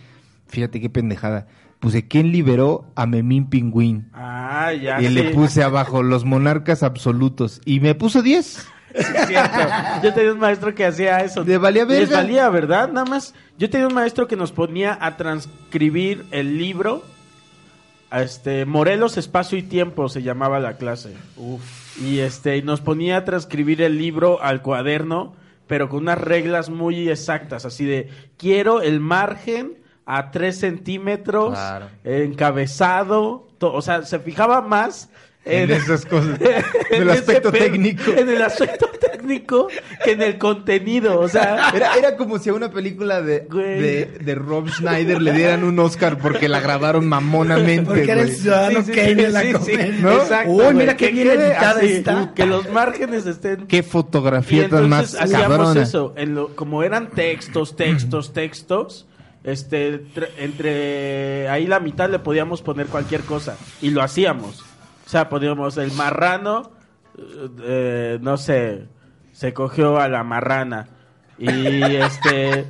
[SPEAKER 1] fíjate qué pendejada, puse, ¿quién liberó a Memín Pingüín?
[SPEAKER 5] Ah, ya.
[SPEAKER 1] y
[SPEAKER 5] sí.
[SPEAKER 1] le puse abajo, los monarcas absolutos. Y me puso 10.
[SPEAKER 5] Sí, es cierto. Yo tenía un maestro que hacía eso.
[SPEAKER 1] Le valía
[SPEAKER 5] Les
[SPEAKER 1] verga.
[SPEAKER 5] valía, ¿verdad? Nada más. Yo tenía un maestro que nos ponía a transcribir el libro. a Este, Morelos, Espacio y Tiempo se llamaba la clase. Y este, y nos ponía a transcribir el libro al cuaderno, pero con unas reglas muy exactas, así de quiero el margen a 3 centímetros,
[SPEAKER 1] Claro.
[SPEAKER 5] encabezado, to- o sea, se fijaba más
[SPEAKER 1] En esas cosas. En
[SPEAKER 5] en
[SPEAKER 1] el
[SPEAKER 5] ese
[SPEAKER 1] aspecto
[SPEAKER 5] pe-
[SPEAKER 1] técnico.
[SPEAKER 5] En el aspecto técnico que en el contenido. O sea,
[SPEAKER 1] Era, era como si a una película de,
[SPEAKER 5] Güey.
[SPEAKER 1] de, de Rob Schneider le dieran un Oscar porque la grabaron mamonamente.
[SPEAKER 4] Porque era el
[SPEAKER 1] güey.
[SPEAKER 4] ciudadano
[SPEAKER 5] sí, sí,
[SPEAKER 4] Kane en la
[SPEAKER 5] sí, sí,
[SPEAKER 4] comedia.
[SPEAKER 1] ¿no?
[SPEAKER 5] exacto,
[SPEAKER 4] Uy,
[SPEAKER 5] güey.
[SPEAKER 4] mira qué
[SPEAKER 5] Que
[SPEAKER 4] bien
[SPEAKER 5] quede
[SPEAKER 4] editada
[SPEAKER 5] así,
[SPEAKER 4] está.
[SPEAKER 5] Que los márgenes estén.
[SPEAKER 1] Qué
[SPEAKER 5] Y
[SPEAKER 1] fotografía tan más
[SPEAKER 5] entonces hacíamos
[SPEAKER 1] cabrona.
[SPEAKER 5] eso. en lo- como eran textos, textos, textos. Este, tr- entre ahí la mitad le podíamos poner cualquier cosa. Y lo hacíamos. O sea, poníamos el marrano. eh, eh, no sé. Se cogió a la marrana. Y este.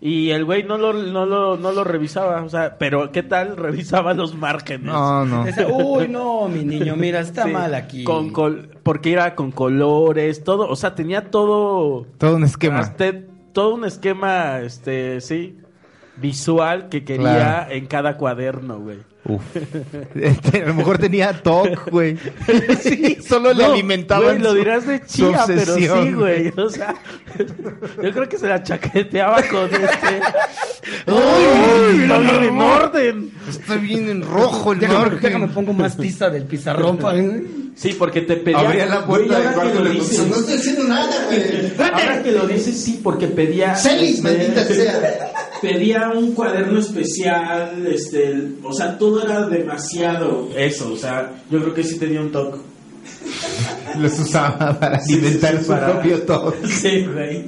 [SPEAKER 5] Y el güey no lo, no, lo, no lo revisaba. O sea, pero ¿qué tal revisaba los márgenes?
[SPEAKER 1] No, no.
[SPEAKER 4] Esa- Uy, no, mi niño, mira, está
[SPEAKER 5] Sí,
[SPEAKER 4] mal aquí.
[SPEAKER 5] Con col- porque era con colores, todo. O sea, tenía todo.
[SPEAKER 1] Todo un esquema.
[SPEAKER 5] Hasta todo un esquema, este, sí, visual que quería
[SPEAKER 1] Claro.
[SPEAKER 5] en cada cuaderno, güey.
[SPEAKER 1] Uf. Este, a lo mejor tenía TOC, güey. Sí, solo le
[SPEAKER 5] No,
[SPEAKER 1] alimentaban.
[SPEAKER 5] güey, lo
[SPEAKER 1] su-
[SPEAKER 5] dirás de
[SPEAKER 1] su
[SPEAKER 5] chía, pero
[SPEAKER 1] obsesión,
[SPEAKER 5] sí, güey. O sea, yo creo que se la chaqueteaba con este. ¡Uy! ¡No lo remorden!
[SPEAKER 1] Está bien en rojo el
[SPEAKER 4] Déjame,
[SPEAKER 1] margen.
[SPEAKER 4] déjame pongo más tiza del pizarrón. para-
[SPEAKER 5] Sí, porque te pedía.
[SPEAKER 6] Abría la puerta
[SPEAKER 5] Güey,
[SPEAKER 6] del
[SPEAKER 5] ahora
[SPEAKER 6] cuarto
[SPEAKER 5] que
[SPEAKER 6] y
[SPEAKER 5] lo
[SPEAKER 6] le puso, No
[SPEAKER 5] dices-
[SPEAKER 6] estoy haciendo nada, güey.
[SPEAKER 5] Ahora que lo dices, sí, porque pedía. este,
[SPEAKER 6] Celis, maldita sea.
[SPEAKER 5] Pedía un cuaderno especial, este, o sea, todo era demasiado eso, o sea, yo creo que sí tenía un toque.
[SPEAKER 1] Los usaba para
[SPEAKER 5] Sí, sí,
[SPEAKER 1] alimentar
[SPEAKER 5] sí,
[SPEAKER 1] su
[SPEAKER 5] para-
[SPEAKER 1] propio TOC.
[SPEAKER 5] Sí, güey.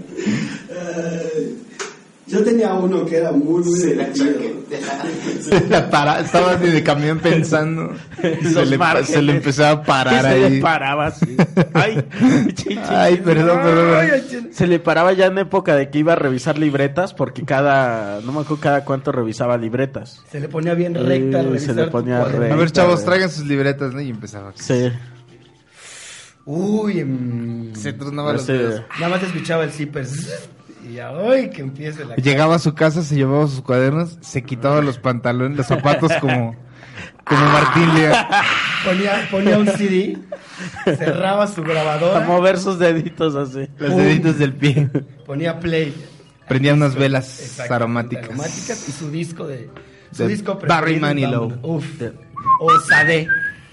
[SPEAKER 6] Eh, Yo tenía uno que era muy, muy divertido.
[SPEAKER 1] La para- Estaba de camión pensando. Y se
[SPEAKER 5] Los
[SPEAKER 1] le,
[SPEAKER 5] márgenes.
[SPEAKER 1] se le empezaba a
[SPEAKER 5] Y
[SPEAKER 1] parar
[SPEAKER 5] se
[SPEAKER 1] ahí.
[SPEAKER 5] le paraba así. Ay, chin, chin,
[SPEAKER 1] Ay,
[SPEAKER 5] chin.
[SPEAKER 1] perdón, perdón.
[SPEAKER 4] Ay, ay, chin.
[SPEAKER 5] Se le paraba ya en época de que iba a revisar libretas, porque cada, no me acuerdo cada cuánto revisaba libretas.
[SPEAKER 4] Se le ponía bien recta.
[SPEAKER 5] Sí,
[SPEAKER 4] al
[SPEAKER 5] se
[SPEAKER 4] revisar
[SPEAKER 5] le
[SPEAKER 4] tu
[SPEAKER 5] ponía
[SPEAKER 4] cuaderno.
[SPEAKER 5] recta.
[SPEAKER 1] A ver, chavos,
[SPEAKER 5] güey.
[SPEAKER 1] traigan sus libretas, ¿no? Y empezaba.
[SPEAKER 5] Sí.
[SPEAKER 4] Uy, em,
[SPEAKER 1] Se tronaba los
[SPEAKER 5] Ese-
[SPEAKER 1] dedos.
[SPEAKER 4] nada más escuchaba el zipper. zzz, Y ya, ay, que empiece la.
[SPEAKER 1] Llegaba a su casa, se llevaba sus cuadernos, se quitaba los pantalones, los zapatos como, como Martín Lea.
[SPEAKER 4] Ponía, ponía un CD, cerraba su
[SPEAKER 5] A
[SPEAKER 4] grabadora,
[SPEAKER 5] mover sus deditos así.
[SPEAKER 1] Los deditos del pie.
[SPEAKER 4] ponía play.
[SPEAKER 1] Prendía unas velas
[SPEAKER 4] Exacto,
[SPEAKER 1] aromáticas.
[SPEAKER 4] aromáticas y su disco de. Su
[SPEAKER 1] De
[SPEAKER 4] disco
[SPEAKER 1] Barry
[SPEAKER 4] preferido,
[SPEAKER 1] Manilow.
[SPEAKER 4] Uf. O Sade.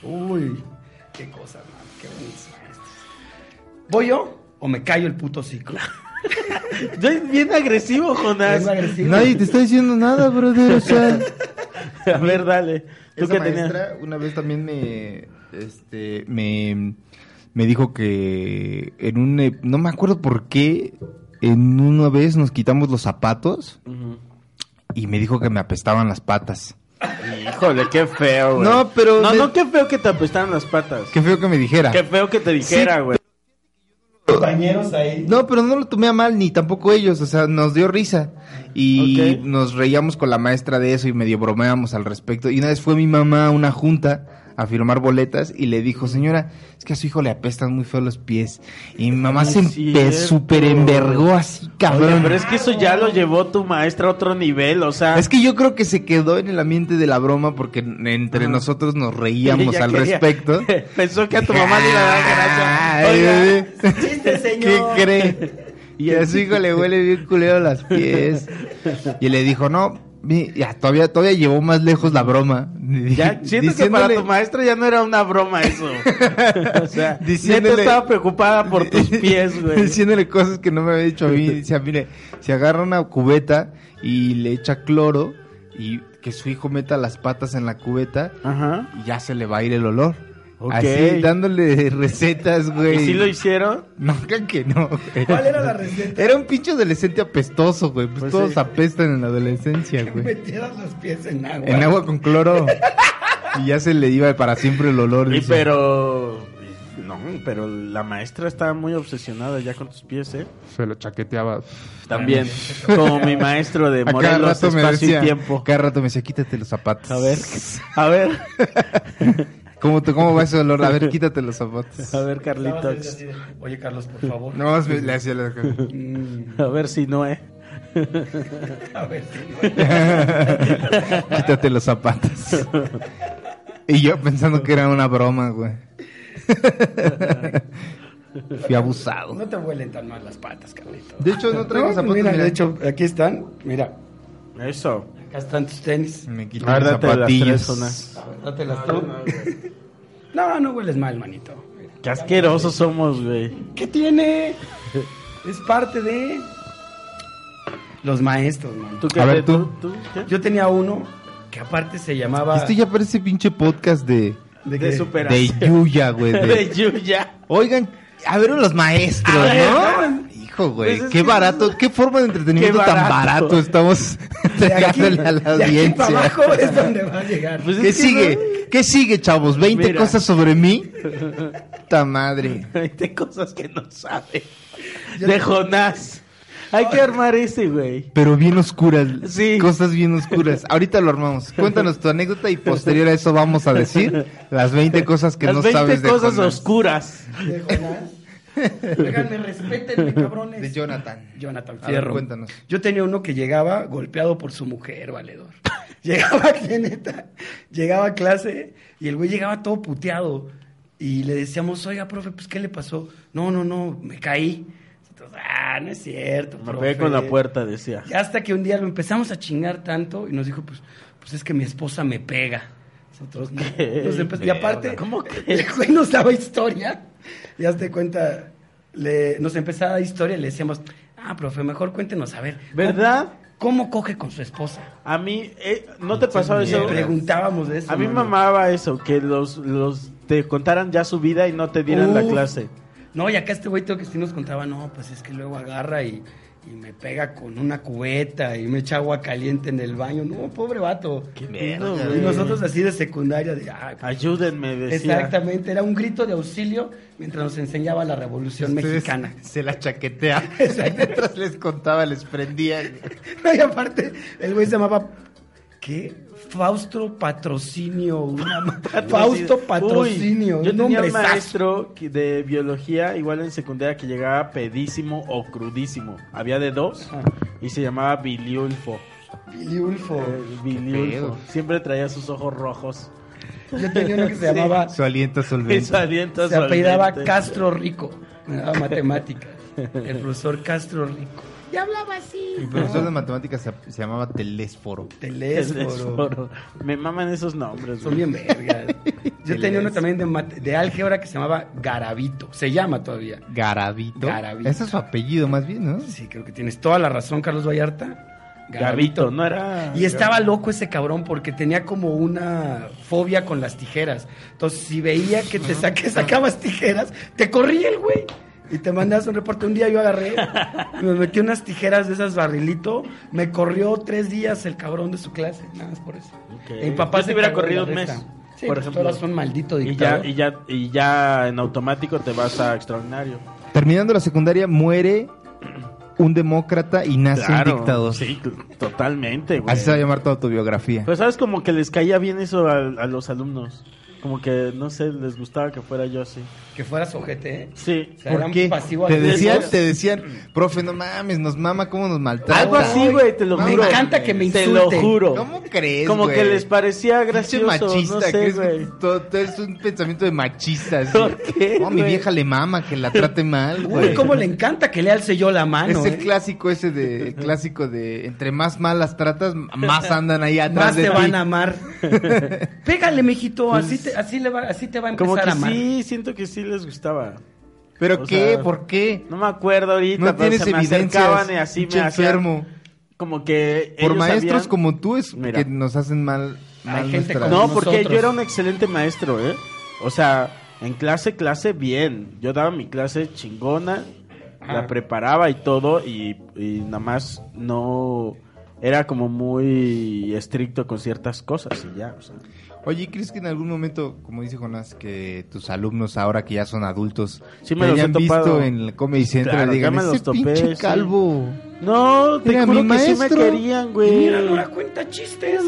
[SPEAKER 4] Uy, qué cosa, man, qué buenísimo. ¿Voy yo o me callo el puto ciclo?
[SPEAKER 5] Ya es Bien agresivo, Jonás.
[SPEAKER 4] Es agresivo.
[SPEAKER 1] Nadie te está diciendo nada, brother. O sea,
[SPEAKER 5] A ver, dale. ¿Tú
[SPEAKER 1] esa
[SPEAKER 5] qué tenías?
[SPEAKER 1] maestra una vez también me, este, me, me dijo que en un, eh, no me acuerdo por qué, en una vez nos quitamos los zapatos
[SPEAKER 5] Ujú.
[SPEAKER 1] y me dijo que me apestaban las patas.
[SPEAKER 5] Híjole, qué feo, güey.
[SPEAKER 1] No, pero
[SPEAKER 5] No,
[SPEAKER 1] me-
[SPEAKER 5] no, qué feo que te apestaran las patas. Qué,
[SPEAKER 1] Qué feo que me dijera.
[SPEAKER 5] feo que te dijera, güey.
[SPEAKER 4] Compañeros ahí.
[SPEAKER 1] No, pero no lo tomé a mal, ni tampoco ellos, o sea, nos dio risa. Y
[SPEAKER 5] Ok.
[SPEAKER 1] nos reíamos con la maestra de eso y medio bromeamos al respecto. Y una vez fue mi mamá a una junta a firmar boletas y le dijo, señora, es que a su hijo le apestan muy feo los pies. Y mi mamá
[SPEAKER 5] Es
[SPEAKER 1] se
[SPEAKER 5] cierto.
[SPEAKER 1] empe- súper envergó así, cabrón.
[SPEAKER 5] Oye, pero es que eso ya lo llevó tu maestra a otro nivel, o sea.
[SPEAKER 1] Es que yo creo que se quedó en el ambiente de la broma porque n- entre
[SPEAKER 5] Ajá.
[SPEAKER 1] nosotros nos reíamos
[SPEAKER 5] ella
[SPEAKER 1] al
[SPEAKER 5] quería-
[SPEAKER 1] respecto.
[SPEAKER 5] Pensó que a tu mamá le iba a dar gracia.
[SPEAKER 1] Ay,
[SPEAKER 5] Oiga,
[SPEAKER 1] bebé.
[SPEAKER 4] Chiste, señor.
[SPEAKER 1] ¿Qué cree? Y a su hijo le huele bien culero las pies. Y le dijo, no, mi- ya, todavía, todavía llevó más lejos la broma.
[SPEAKER 5] Ya, siento que para tu maestra ya no era una broma eso. O sea,
[SPEAKER 1] Diciéndole-
[SPEAKER 5] neta estaba preocupada por tus pies, güey.
[SPEAKER 1] Diciéndole cosas que no me había dicho a mí. Dice, mire, se agarra una cubeta y le echa cloro y que su hijo meta las patas en la cubeta
[SPEAKER 5] Ajá.
[SPEAKER 1] y ya se le va a ir el olor.
[SPEAKER 5] Ok.
[SPEAKER 1] Así, dándole recetas, güey.
[SPEAKER 5] ¿Y si lo hicieron?
[SPEAKER 1] No, creo que no. güey.
[SPEAKER 4] ¿Cuál era la receta?
[SPEAKER 1] Era un pinche adolescente apestoso, güey. Pues,
[SPEAKER 5] Pues
[SPEAKER 1] todos
[SPEAKER 5] sí.
[SPEAKER 1] apestan en la adolescencia,
[SPEAKER 4] Que
[SPEAKER 1] güey.
[SPEAKER 4] metieras los pies en agua.
[SPEAKER 1] En agua con cloro. y ya se le iba para siempre el olor.
[SPEAKER 5] Y
[SPEAKER 1] dice.
[SPEAKER 5] pero... No, pero la maestra estaba muy obsesionada ya con tus pies, ¿eh?
[SPEAKER 1] Se lo chaqueteaba.
[SPEAKER 5] También. Como mi maestro de
[SPEAKER 1] A cada
[SPEAKER 5] Morelos,
[SPEAKER 1] rato me
[SPEAKER 5] Espacio
[SPEAKER 1] decía.
[SPEAKER 5] y Tiempo.
[SPEAKER 1] Cada rato me decía, quítate los zapatos.
[SPEAKER 5] A ver, a ver,
[SPEAKER 1] ¿Cómo, te- ¿Cómo va ese olor? A ver, quítate los zapatos.
[SPEAKER 5] a ver,
[SPEAKER 4] Estabas
[SPEAKER 5] Carlitos.
[SPEAKER 4] así de, Oye, Carlos, por favor.
[SPEAKER 1] No, más me- le hacía la...
[SPEAKER 4] Mm,
[SPEAKER 5] A ver si no, ¿eh?
[SPEAKER 4] a ver si no.
[SPEAKER 1] quítate los zapatos. y yo pensando que era una broma, güey. Fui abusado.
[SPEAKER 4] No te huelen tan mal las patas, Carlitos.
[SPEAKER 1] De hecho, no traigo
[SPEAKER 4] No,
[SPEAKER 1] zapatos.
[SPEAKER 4] mira,
[SPEAKER 1] mira.
[SPEAKER 4] de hecho, aquí están. Mira,
[SPEAKER 5] Eso.
[SPEAKER 4] acá están tus tenis.
[SPEAKER 1] Me quito
[SPEAKER 5] A ver,
[SPEAKER 1] los
[SPEAKER 5] date las tres
[SPEAKER 1] zapatillos.
[SPEAKER 5] zonas.
[SPEAKER 4] Dátelas tú. No, no hueles mal, manito.
[SPEAKER 5] Qué asquerosos somos, güey.
[SPEAKER 4] ¿Qué tiene? Es parte de los maestros, man.
[SPEAKER 5] ¿Tú qué?
[SPEAKER 1] A ver,
[SPEAKER 5] te-
[SPEAKER 1] tú.
[SPEAKER 5] ¿Tú, qué?
[SPEAKER 4] Yo tenía uno que aparte se llamaba...
[SPEAKER 1] Esto ya parece pinche podcast de,
[SPEAKER 5] De,
[SPEAKER 4] qué?
[SPEAKER 1] de
[SPEAKER 5] superación.
[SPEAKER 1] Yuya, güey. de-
[SPEAKER 5] De Yuya.
[SPEAKER 1] Oigan, a ver a los maestros,
[SPEAKER 5] A ver,
[SPEAKER 1] ¿no? Hijo, güey,
[SPEAKER 5] Pues es
[SPEAKER 1] qué
[SPEAKER 5] que-
[SPEAKER 1] barato, qué forma de entretenimiento
[SPEAKER 5] Qué
[SPEAKER 1] tan
[SPEAKER 5] barato.
[SPEAKER 1] barato estamos
[SPEAKER 4] De aquí,
[SPEAKER 1] entregándole a la
[SPEAKER 4] de aquí para
[SPEAKER 1] audiencia.
[SPEAKER 4] abajo es donde va a llegar.
[SPEAKER 5] Pues es
[SPEAKER 1] ¿Qué
[SPEAKER 5] que
[SPEAKER 1] sigue? ¿Qué sigue, chavos? ¿20
[SPEAKER 5] Mira.
[SPEAKER 1] cosas sobre mí? Ta madre.
[SPEAKER 5] no- hay de cosas que no sabe. De Jonás. Hay que armar ese, güey.
[SPEAKER 1] Pero bien oscuras,
[SPEAKER 5] Sí.
[SPEAKER 1] cosas bien oscuras. Ahorita lo armamos. Cuéntanos tu anécdota y posterior a eso vamos a decir las 20 cosas que
[SPEAKER 5] Las
[SPEAKER 1] no
[SPEAKER 5] 20
[SPEAKER 1] sabes de
[SPEAKER 5] cosas
[SPEAKER 1] Jonás.
[SPEAKER 5] oscuras.
[SPEAKER 4] De Jonás. Oigan, me respétenme, cabrones.
[SPEAKER 1] De Jonathan.
[SPEAKER 4] Jonathan
[SPEAKER 1] A ver,
[SPEAKER 4] Fierro.
[SPEAKER 1] cuéntanos.
[SPEAKER 4] Yo tenía uno que llegaba golpeado por su mujer, valedor. Llegaba, aquí, neta, llegaba a clase y el güey llegaba todo puteado. Y le decíamos, oiga, profe, pues, ¿qué le pasó? No, no, no, me caí. Nosotros, ah, no es cierto,
[SPEAKER 5] Me
[SPEAKER 4] profe".
[SPEAKER 5] pegué con la puerta, decía.
[SPEAKER 4] Y hasta que un día lo empezamos a chingar tanto y nos dijo, pues, pues es que mi esposa me pega. Nosotros, no. Nos empe- y aparte,
[SPEAKER 5] ¿Cómo que?
[SPEAKER 4] el güey nos daba historia. Y hazte cuenta, le, nos empezaba a dar historia y le decíamos, ah, profe, mejor cuéntenos, a ver. ¿cómo-
[SPEAKER 5] ¿Verdad?
[SPEAKER 4] ¿Cómo coge con su esposa?
[SPEAKER 5] A mí, eh, ¿no te pasó
[SPEAKER 4] Le
[SPEAKER 5] eso?
[SPEAKER 4] preguntábamos de eso.
[SPEAKER 5] A mí me
[SPEAKER 4] mano.
[SPEAKER 5] mamaba eso, que los, los te contaran ya su vida y no te dieran la
[SPEAKER 4] Uf.
[SPEAKER 5] clase.
[SPEAKER 4] No, y acá este güey todo que sí nos contaba, no, pues es que luego agarra y, y me pega con una cubeta y me echa agua caliente en el baño. No, pobre vato.
[SPEAKER 5] Qué
[SPEAKER 1] Verga,
[SPEAKER 5] pedo,
[SPEAKER 4] Y
[SPEAKER 5] güey.
[SPEAKER 4] nosotros así de secundaria, de, "Ay, pues,
[SPEAKER 5] Ayúdenme, decía.
[SPEAKER 4] Exactamente, era un grito de auxilio mientras nos enseñaba la Revolución
[SPEAKER 1] Ustedes
[SPEAKER 4] Mexicana.
[SPEAKER 1] Se la chaquetea. Mientras les contaba, les prendía.
[SPEAKER 4] No, y aparte, el güey se llamaba. ¿Qué? Fausto Patrocinio. una ma- Fausto Patrocinio.
[SPEAKER 5] Uy, yo
[SPEAKER 4] un
[SPEAKER 5] tenía un
[SPEAKER 4] nombrezazo.
[SPEAKER 5] maestro que- de biología, igual en secundaria, que llegaba pedísimo o crudísimo. Había de dos
[SPEAKER 4] Ah.
[SPEAKER 5] y se llamaba Biliulfo.
[SPEAKER 4] Biliulfo.
[SPEAKER 5] Biliulfo.
[SPEAKER 1] pedo.
[SPEAKER 5] Siempre traía sus ojos rojos.
[SPEAKER 4] Yo tenía uno que se llamaba,
[SPEAKER 1] Su aliento
[SPEAKER 5] Eso
[SPEAKER 1] solvente.
[SPEAKER 5] alienta
[SPEAKER 4] se apellidaba
[SPEAKER 5] solvente.
[SPEAKER 4] Castro Rico. Me daba matemática. El profesor Castro Rico. Y hablaba
[SPEAKER 1] Mi
[SPEAKER 4] así.
[SPEAKER 1] profesor de matemáticas se, se llamaba Telésforo.
[SPEAKER 4] Telésforo.
[SPEAKER 5] Telésforo. Me maman esos nombres.
[SPEAKER 4] Son
[SPEAKER 5] güey.
[SPEAKER 4] bien vergas. Yo tenía uno también de, mate- de álgebra que se llamaba Garabito. Se llama todavía.
[SPEAKER 1] Garavito.
[SPEAKER 4] Garavito.
[SPEAKER 1] Ese es su apellido más bien, ¿no?
[SPEAKER 4] Sí, creo que tienes toda la razón, Carlos Vallarta.
[SPEAKER 5] Gabito, no era.
[SPEAKER 4] Y estaba loco ese cabrón porque tenía como una fobia con las tijeras. Entonces, si veía que te sa- que sacabas tijeras, te corría el güey. Y te mandabas un reporte. Un día yo agarré, me metí unas tijeras de esas barrilito, me corrió tres días el cabrón de su clase, nada más por eso.
[SPEAKER 5] Ok.
[SPEAKER 4] Mi papá
[SPEAKER 5] Yo te
[SPEAKER 4] se
[SPEAKER 5] hubiera
[SPEAKER 4] cagó de la
[SPEAKER 5] corrido un
[SPEAKER 4] risa.
[SPEAKER 5] mes,
[SPEAKER 4] Sí, pues,
[SPEAKER 5] por
[SPEAKER 4] por ejemplo.
[SPEAKER 5] ejemplo.
[SPEAKER 4] Ahora son maldito
[SPEAKER 5] Y ya,
[SPEAKER 4] dictador.
[SPEAKER 5] y, ya, y ya en automático te vas a extraordinario.
[SPEAKER 1] Terminando la secundaria, muere un demócrata y nace un Ah, dictador.
[SPEAKER 5] Sí, cl- totalmente, güey.
[SPEAKER 1] Así se va a llamar toda tu biografía.
[SPEAKER 5] Pero sabes como que les caía bien eso a, a los alumnos. Como que, no sé, les gustaba que fuera yo así.
[SPEAKER 4] Que fueras ojete, ¿eh?
[SPEAKER 5] Sí.
[SPEAKER 4] O sea,
[SPEAKER 1] ¿Por
[SPEAKER 4] eran
[SPEAKER 1] qué?
[SPEAKER 4] pasivo
[SPEAKER 1] Te
[SPEAKER 4] agresivos.
[SPEAKER 1] decían, te decían, profe, no mames, nos mama cómo nos maltrata.
[SPEAKER 5] Algo así, güey, te lo
[SPEAKER 1] Me
[SPEAKER 5] juro.
[SPEAKER 4] encanta que me
[SPEAKER 5] Te lo
[SPEAKER 4] insulten.
[SPEAKER 5] juro.
[SPEAKER 1] ¿Cómo crees,
[SPEAKER 5] Como
[SPEAKER 1] güey?
[SPEAKER 5] que les parecía
[SPEAKER 1] Pinche
[SPEAKER 5] gracioso,
[SPEAKER 1] machista,
[SPEAKER 5] no
[SPEAKER 1] que
[SPEAKER 5] sé,
[SPEAKER 1] es,
[SPEAKER 5] güey.
[SPEAKER 1] todo- todo es un pensamiento de machista. así.
[SPEAKER 5] ¿Por qué,
[SPEAKER 1] No, mi
[SPEAKER 5] güey?
[SPEAKER 1] vieja le mama que la trate mal,
[SPEAKER 4] Uy,
[SPEAKER 1] güey.
[SPEAKER 4] cómo le encanta que le alce yo la
[SPEAKER 5] Ah,
[SPEAKER 4] mano.
[SPEAKER 1] es el
[SPEAKER 4] ¿eh?
[SPEAKER 1] clásico ese de el clásico de entre más malas tratas, más andan ahí atrás
[SPEAKER 4] Más
[SPEAKER 1] de
[SPEAKER 4] te
[SPEAKER 1] ti.
[SPEAKER 4] van a amar. Pégale, mijito, así te, así le va, así te va a
[SPEAKER 5] Como
[SPEAKER 4] empezar
[SPEAKER 5] que
[SPEAKER 4] a amar.
[SPEAKER 5] sí, siento que sí les gustaba.
[SPEAKER 1] Pero
[SPEAKER 5] O
[SPEAKER 1] qué,
[SPEAKER 5] sea,
[SPEAKER 1] ¿por qué?
[SPEAKER 5] No me acuerdo ahorita,
[SPEAKER 1] No
[SPEAKER 5] pero
[SPEAKER 1] tienes
[SPEAKER 5] se me
[SPEAKER 1] evidencias.
[SPEAKER 5] acercaban y así
[SPEAKER 1] pinche
[SPEAKER 5] me hacían-
[SPEAKER 1] enfermo.
[SPEAKER 5] Como que
[SPEAKER 1] Por
[SPEAKER 5] ellos
[SPEAKER 1] maestros
[SPEAKER 5] sabían-
[SPEAKER 1] como tú es
[SPEAKER 5] Mira.
[SPEAKER 1] que nos hacen mal,
[SPEAKER 4] Hay
[SPEAKER 1] mal
[SPEAKER 4] gente
[SPEAKER 1] nuestra-
[SPEAKER 4] como
[SPEAKER 5] No, porque
[SPEAKER 4] nosotros.
[SPEAKER 5] yo era un excelente maestro, ¿eh? O sea, en clase, clase bien. Yo daba mi clase chingona, la preparaba y todo, y, y nada más no... Era como muy estricto con ciertas cosas y ya, o sea.
[SPEAKER 1] Oye, ¿crees que en algún momento, como dice Jonás, que tus alumnos ahora que ya son adultos
[SPEAKER 5] Sí me
[SPEAKER 1] te
[SPEAKER 5] los he
[SPEAKER 1] hayan
[SPEAKER 5] topado.
[SPEAKER 1] visto en el Comedy Central
[SPEAKER 5] Claro,
[SPEAKER 1] y
[SPEAKER 5] ya
[SPEAKER 1] digan,
[SPEAKER 5] me los
[SPEAKER 1] ese
[SPEAKER 5] topé,
[SPEAKER 1] pinche
[SPEAKER 5] sí.
[SPEAKER 1] calvo?
[SPEAKER 5] No, te
[SPEAKER 1] Era
[SPEAKER 5] juro
[SPEAKER 1] mi
[SPEAKER 5] que sí me
[SPEAKER 1] maestro.
[SPEAKER 5] querían, güey.
[SPEAKER 4] Mira, Nora cuenta chistes.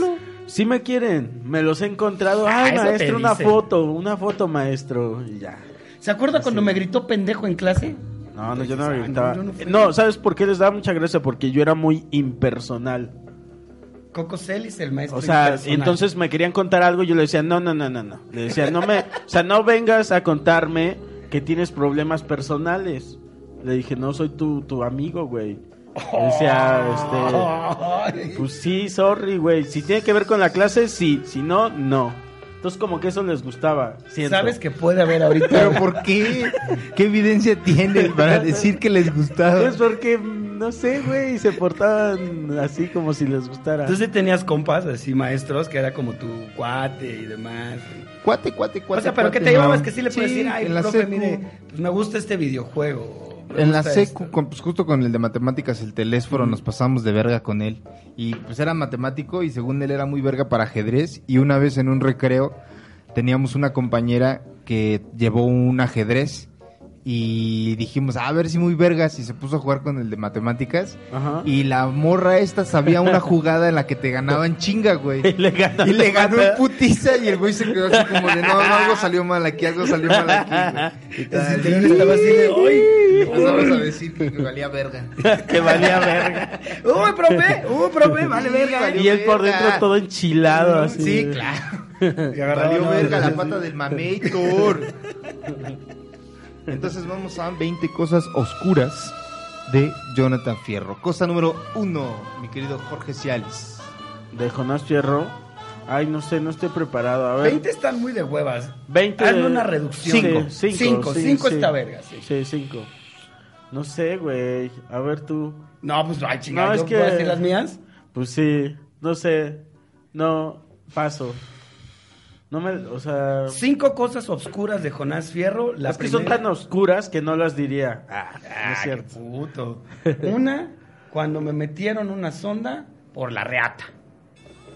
[SPEAKER 5] Sí me quieren, me los he encontrado.
[SPEAKER 4] Ah,
[SPEAKER 5] Ay,
[SPEAKER 4] eso te
[SPEAKER 5] maestro, una
[SPEAKER 4] dicen.
[SPEAKER 5] foto, una foto, maestro. Y ya.
[SPEAKER 4] ¿Se acuerda cuando me gritó pendejo en clase?
[SPEAKER 5] No, no, yo no
[SPEAKER 4] Ah,
[SPEAKER 5] me
[SPEAKER 4] no,
[SPEAKER 5] gritaba.
[SPEAKER 4] yo no
[SPEAKER 5] No,
[SPEAKER 4] fui.
[SPEAKER 5] ¿sabes por qué les daba mucha gracia? Porque yo era muy impersonal.
[SPEAKER 4] Coco Celis, el maestro.
[SPEAKER 5] O sea,
[SPEAKER 4] impersonal.
[SPEAKER 5] entonces me querían contar algo y yo le decía, no, no, no, no, no. Le decía, no me, o sea, no vengas a contarme que tienes problemas personales. Le dije, no soy tu, tu amigo, güey. Le decía, este,
[SPEAKER 4] Ay.
[SPEAKER 5] Pues sí, sorry, güey. Si tiene que ver con la clase, sí. Si no, no. Entonces como que eso les gustaba. siento.
[SPEAKER 4] Sabes que puede haber ahorita.
[SPEAKER 1] ¿Pero por qué? ¿Qué evidencia tienen para decir que les gustaba?
[SPEAKER 5] Es Pues porque, no sé, güey, se portaban así como si les gustara.
[SPEAKER 4] Entonces tenías compas así, maestros, que era como tu cuate y demás.
[SPEAKER 1] Cuate, cuate, cuate.
[SPEAKER 4] o sea, pero
[SPEAKER 1] cuate,
[SPEAKER 4] que te
[SPEAKER 1] no.
[SPEAKER 4] llevabas que sí le puedes decir, ay,
[SPEAKER 1] en la
[SPEAKER 4] profe,
[SPEAKER 1] secu,
[SPEAKER 4] mire, pues me gusta este videojuego. me
[SPEAKER 1] En la
[SPEAKER 4] gusta
[SPEAKER 1] secu,
[SPEAKER 4] esto".
[SPEAKER 1] con- pues justo con el de matemáticas, el telésforo, nos pasamos de verga con él. Y pues era matemático y según él era muy verga para ajedrez. Y una vez en un recreo teníamos una compañera que llevó un ajedrez y dijimos, a ver si muy vergas, y se puso a jugar con el de matemáticas.
[SPEAKER 5] Ajá.
[SPEAKER 1] Y la morra esta sabía una jugada en la que te ganaban chinga, güey.
[SPEAKER 5] Y le ganó.
[SPEAKER 1] Y le ganó en putiza y el güey se quedó así como de, no, no, algo salió mal aquí, algo salió mal aquí, güey. Entonces, el señor estaba así de, "Ay, pues vamos a decir que valía verga.
[SPEAKER 5] que valía verga.
[SPEAKER 4] ¡Uy, profe! ¡Uy, profe! ¡Vale, verga!
[SPEAKER 1] Valió
[SPEAKER 5] Y él por
[SPEAKER 1] verga.
[SPEAKER 5] dentro todo enchilado así.
[SPEAKER 1] Sí,
[SPEAKER 5] güey.
[SPEAKER 1] claro.
[SPEAKER 4] Y agarraba
[SPEAKER 1] Valió
[SPEAKER 4] nada
[SPEAKER 1] verga
[SPEAKER 4] más
[SPEAKER 1] la
[SPEAKER 4] así.
[SPEAKER 1] pata del mameitor. Entonces vamos a 20 cosas oscuras de Jonathan Fierro. Cosa número uno, mi querido Jorge Cialis.
[SPEAKER 5] De Jonás Fierro. Ay, no sé, no estoy preparado. A ver.
[SPEAKER 4] 20 están muy de huevas.
[SPEAKER 5] 20.
[SPEAKER 4] Hazme una reducción.
[SPEAKER 5] Cinco.
[SPEAKER 4] Sí, cinco,
[SPEAKER 5] sí,
[SPEAKER 4] cinco
[SPEAKER 5] sí.
[SPEAKER 4] está verga, sí.
[SPEAKER 5] Sí, cinco. No sé, güey. A ver tú.
[SPEAKER 4] No, pues ay, chingada,
[SPEAKER 5] No,
[SPEAKER 4] ¿yo
[SPEAKER 5] es que-
[SPEAKER 4] puedo decir las mías?
[SPEAKER 5] Pues sí, no sé. No, paso. No me, o sea,
[SPEAKER 4] Cinco cosas obscuras de Jonás Fierro. La
[SPEAKER 5] las que son
[SPEAKER 4] primera-
[SPEAKER 5] tan oscuras que no las diría. Ah, no
[SPEAKER 4] Ah,
[SPEAKER 5] es
[SPEAKER 4] qué
[SPEAKER 5] cierto.
[SPEAKER 4] puto. Una, cuando me metieron una sonda por la reata.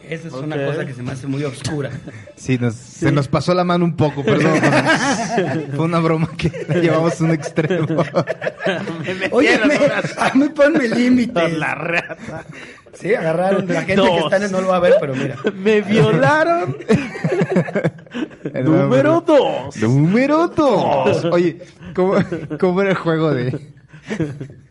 [SPEAKER 4] Esa es una
[SPEAKER 5] Ok.
[SPEAKER 4] cosa que se me hace muy obscura.
[SPEAKER 1] Sí, nos- se nos pasó la mano un poco, perdón. Fue una broma que la llevamos a un extremo.
[SPEAKER 4] Oye, me, a mí ponme límites.
[SPEAKER 5] Por la rata.
[SPEAKER 4] Sí, agarraron. La gente que
[SPEAKER 5] Dos.
[SPEAKER 4] está en el no lo va a ver, pero mira.
[SPEAKER 5] Me violaron. número dos.
[SPEAKER 1] Número dos. Oye, ¿cómo, cómo era el juego de,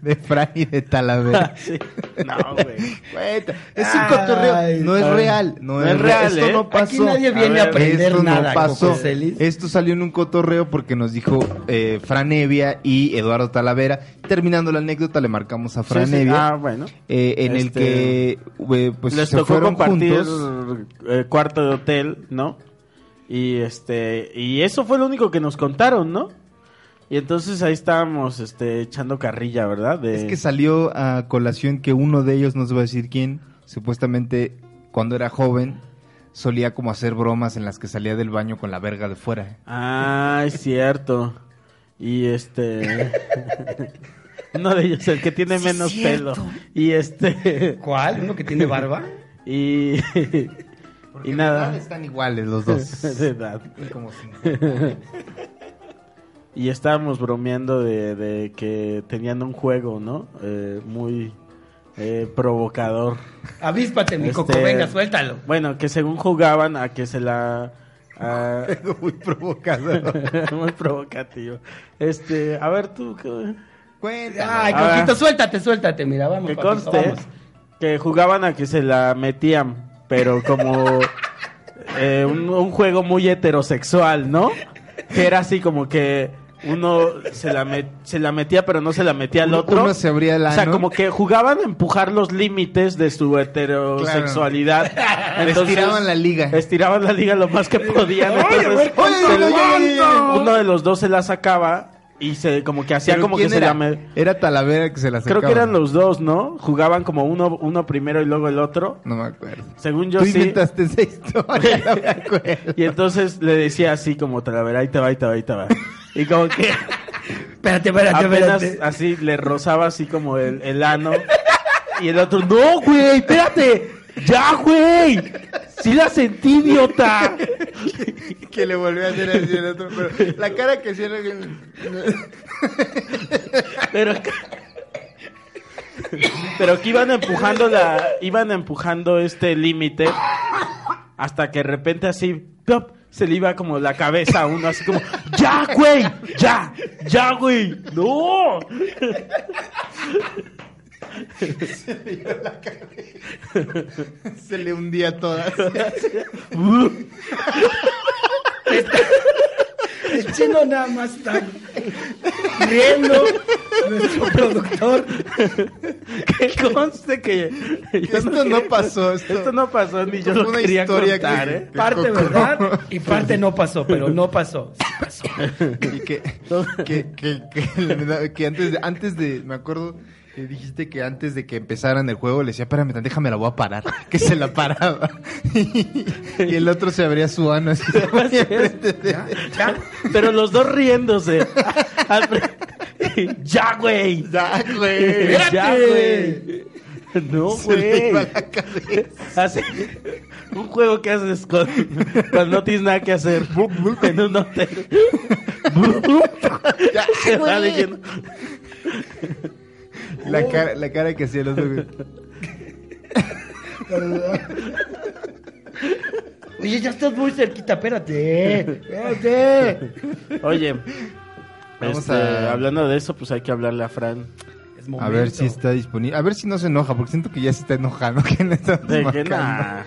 [SPEAKER 1] De Fray de Talavera.
[SPEAKER 5] Sí. No, güey.
[SPEAKER 1] Cuenta. Es un cotorreo. No es
[SPEAKER 5] Ay,
[SPEAKER 1] real. No, es, real. Esto
[SPEAKER 5] ¿eh?
[SPEAKER 1] no pasó.
[SPEAKER 4] Aquí nadie viene a,
[SPEAKER 5] ver,
[SPEAKER 4] aprender
[SPEAKER 1] Esto
[SPEAKER 4] nada,
[SPEAKER 1] no pasó.
[SPEAKER 4] Coco Celis.
[SPEAKER 1] Esto salió en un cotorreo porque nos dijo eh, Fran Evia y Eduardo Talavera. Terminando la anécdota, le marcamos a Fran
[SPEAKER 5] Sí, sí.
[SPEAKER 1] Evia,
[SPEAKER 5] Ah, bueno.
[SPEAKER 1] eh, en el
[SPEAKER 5] Este,
[SPEAKER 1] que eh, pues
[SPEAKER 5] Les
[SPEAKER 1] se
[SPEAKER 5] tocó
[SPEAKER 1] fueron
[SPEAKER 5] compartir
[SPEAKER 1] juntos.
[SPEAKER 5] eh, cuarto de hotel, ¿no? Y este y eso fue lo único que nos contaron, ¿no? Y entonces ahí estábamos este echando carrilla, ¿verdad? De-
[SPEAKER 1] Es que salió a colación que uno de ellos, no se va a decir quién, supuestamente cuando era joven solía como hacer bromas en las que salía del baño con la verga de fuera.
[SPEAKER 5] Ah, es cierto. Y este uno de ellos el que tiene menos pelo. Y este
[SPEAKER 4] ¿Cuál? ¿Uno que tiene barba?
[SPEAKER 5] y y nada.
[SPEAKER 1] Están iguales los dos.
[SPEAKER 5] De edad.
[SPEAKER 1] Como cinco.
[SPEAKER 5] Y estábamos bromeando de, de que tenían un juego, ¿no? Eh, muy eh, provocador.
[SPEAKER 4] Avíspate, mi
[SPEAKER 5] Este,
[SPEAKER 4] coco, venga, suéltalo.
[SPEAKER 5] Bueno, que según jugaban a que se la... a-
[SPEAKER 1] Muy provocador.
[SPEAKER 5] muy provocativo. Este, a ver tú, que,
[SPEAKER 4] Ay,
[SPEAKER 5] Ah.
[SPEAKER 4] Coquito, suéltate, suéltate, mira, vamos.
[SPEAKER 5] que
[SPEAKER 4] papito,
[SPEAKER 5] conste
[SPEAKER 4] vamos.
[SPEAKER 5] que jugaban a que se la metían, pero como eh, un, un juego muy heterosexual, ¿no? Que era así como que uno se la, met- se la metía, pero no se la metía al
[SPEAKER 1] Uno-
[SPEAKER 5] otro.
[SPEAKER 1] uno se abría el
[SPEAKER 5] O sea,
[SPEAKER 1] ano.
[SPEAKER 5] como que jugaban a empujar los límites de su heterosexualidad.
[SPEAKER 1] Estiraban la liga.
[SPEAKER 5] Estiraban la liga lo más que podían. Entonces,
[SPEAKER 1] a ver, ¿cuánto,
[SPEAKER 5] se-
[SPEAKER 1] cuánto?
[SPEAKER 5] uno de los dos se la sacaba y se como que hacía
[SPEAKER 1] ¿Pero
[SPEAKER 5] como que
[SPEAKER 1] quién
[SPEAKER 5] se
[SPEAKER 1] era?
[SPEAKER 5] la me-
[SPEAKER 1] Era Talavera que se la sacaba.
[SPEAKER 5] Creo que eran los dos, ¿no? Jugaban como uno, uno primero y luego el otro.
[SPEAKER 1] No me acuerdo.
[SPEAKER 5] Según yo
[SPEAKER 1] Tú
[SPEAKER 5] sí.
[SPEAKER 1] inventaste esa historia, no me acuerdo.
[SPEAKER 5] Y entonces le decía así como Talavera, ahí te va, ahí te va, ahí te va. Y como que
[SPEAKER 4] Espérate, espérate,
[SPEAKER 5] apenas
[SPEAKER 4] espérate.
[SPEAKER 5] así le rozaba así como el, el ano. Y el otro, no, güey, espérate. Ya, güey. Sí la sentí, idiota.
[SPEAKER 1] que le volvió a hacer así el otro, pero la cara que hacía
[SPEAKER 5] Pero Pero que iban empujando la iban empujando este límite hasta que de repente así ¡plop! se le iba como la cabeza a uno así como ya güey, ya, ya güey. No.
[SPEAKER 1] se le hundía todas.
[SPEAKER 4] El chino nada más está riendo. Nuestro productor.
[SPEAKER 5] Que conste que yo
[SPEAKER 1] Esto no pasó, esto-
[SPEAKER 5] esto no pasó ni
[SPEAKER 1] esto
[SPEAKER 5] yo lo
[SPEAKER 1] fue una
[SPEAKER 5] quería
[SPEAKER 1] historia que-
[SPEAKER 5] contar, ¿eh?
[SPEAKER 4] Parte verdad y parte no pasó, pero no pasó.
[SPEAKER 1] Y que, que, que, que, le da- que antes, de, antes de, me acuerdo, que dijiste que antes de que empezaran el juego le decía, espérame, tan- déjame la voy a parar, que se la paraba. y, el otro se abría su ano así. enfrente de-
[SPEAKER 5] Pero los dos riéndose. Al fre- ya güey.
[SPEAKER 1] Ya, güey.
[SPEAKER 5] Ya, güey. No,
[SPEAKER 1] Se le
[SPEAKER 5] güey.
[SPEAKER 1] iba la cabeza.
[SPEAKER 5] Así, un juego que haces con, cuando no tienes nada que hacer en un hotel.
[SPEAKER 1] Ya,
[SPEAKER 5] Se está
[SPEAKER 1] güey.
[SPEAKER 5] diciendo,
[SPEAKER 1] La cara, la cara que hacía el otro. güey.
[SPEAKER 4] Oye, ya estás muy cerquita, espérate. Espérate.
[SPEAKER 5] Oye,
[SPEAKER 1] Vamos
[SPEAKER 5] este,
[SPEAKER 1] a-
[SPEAKER 5] hablando de eso, pues hay que hablarle a Fran.
[SPEAKER 4] Es
[SPEAKER 1] A
[SPEAKER 4] momento.
[SPEAKER 1] ver si está disponible. A ver si no se enoja, porque siento que ya se está enojando. Que le estamos
[SPEAKER 5] De que
[SPEAKER 1] marcando.
[SPEAKER 5] nah,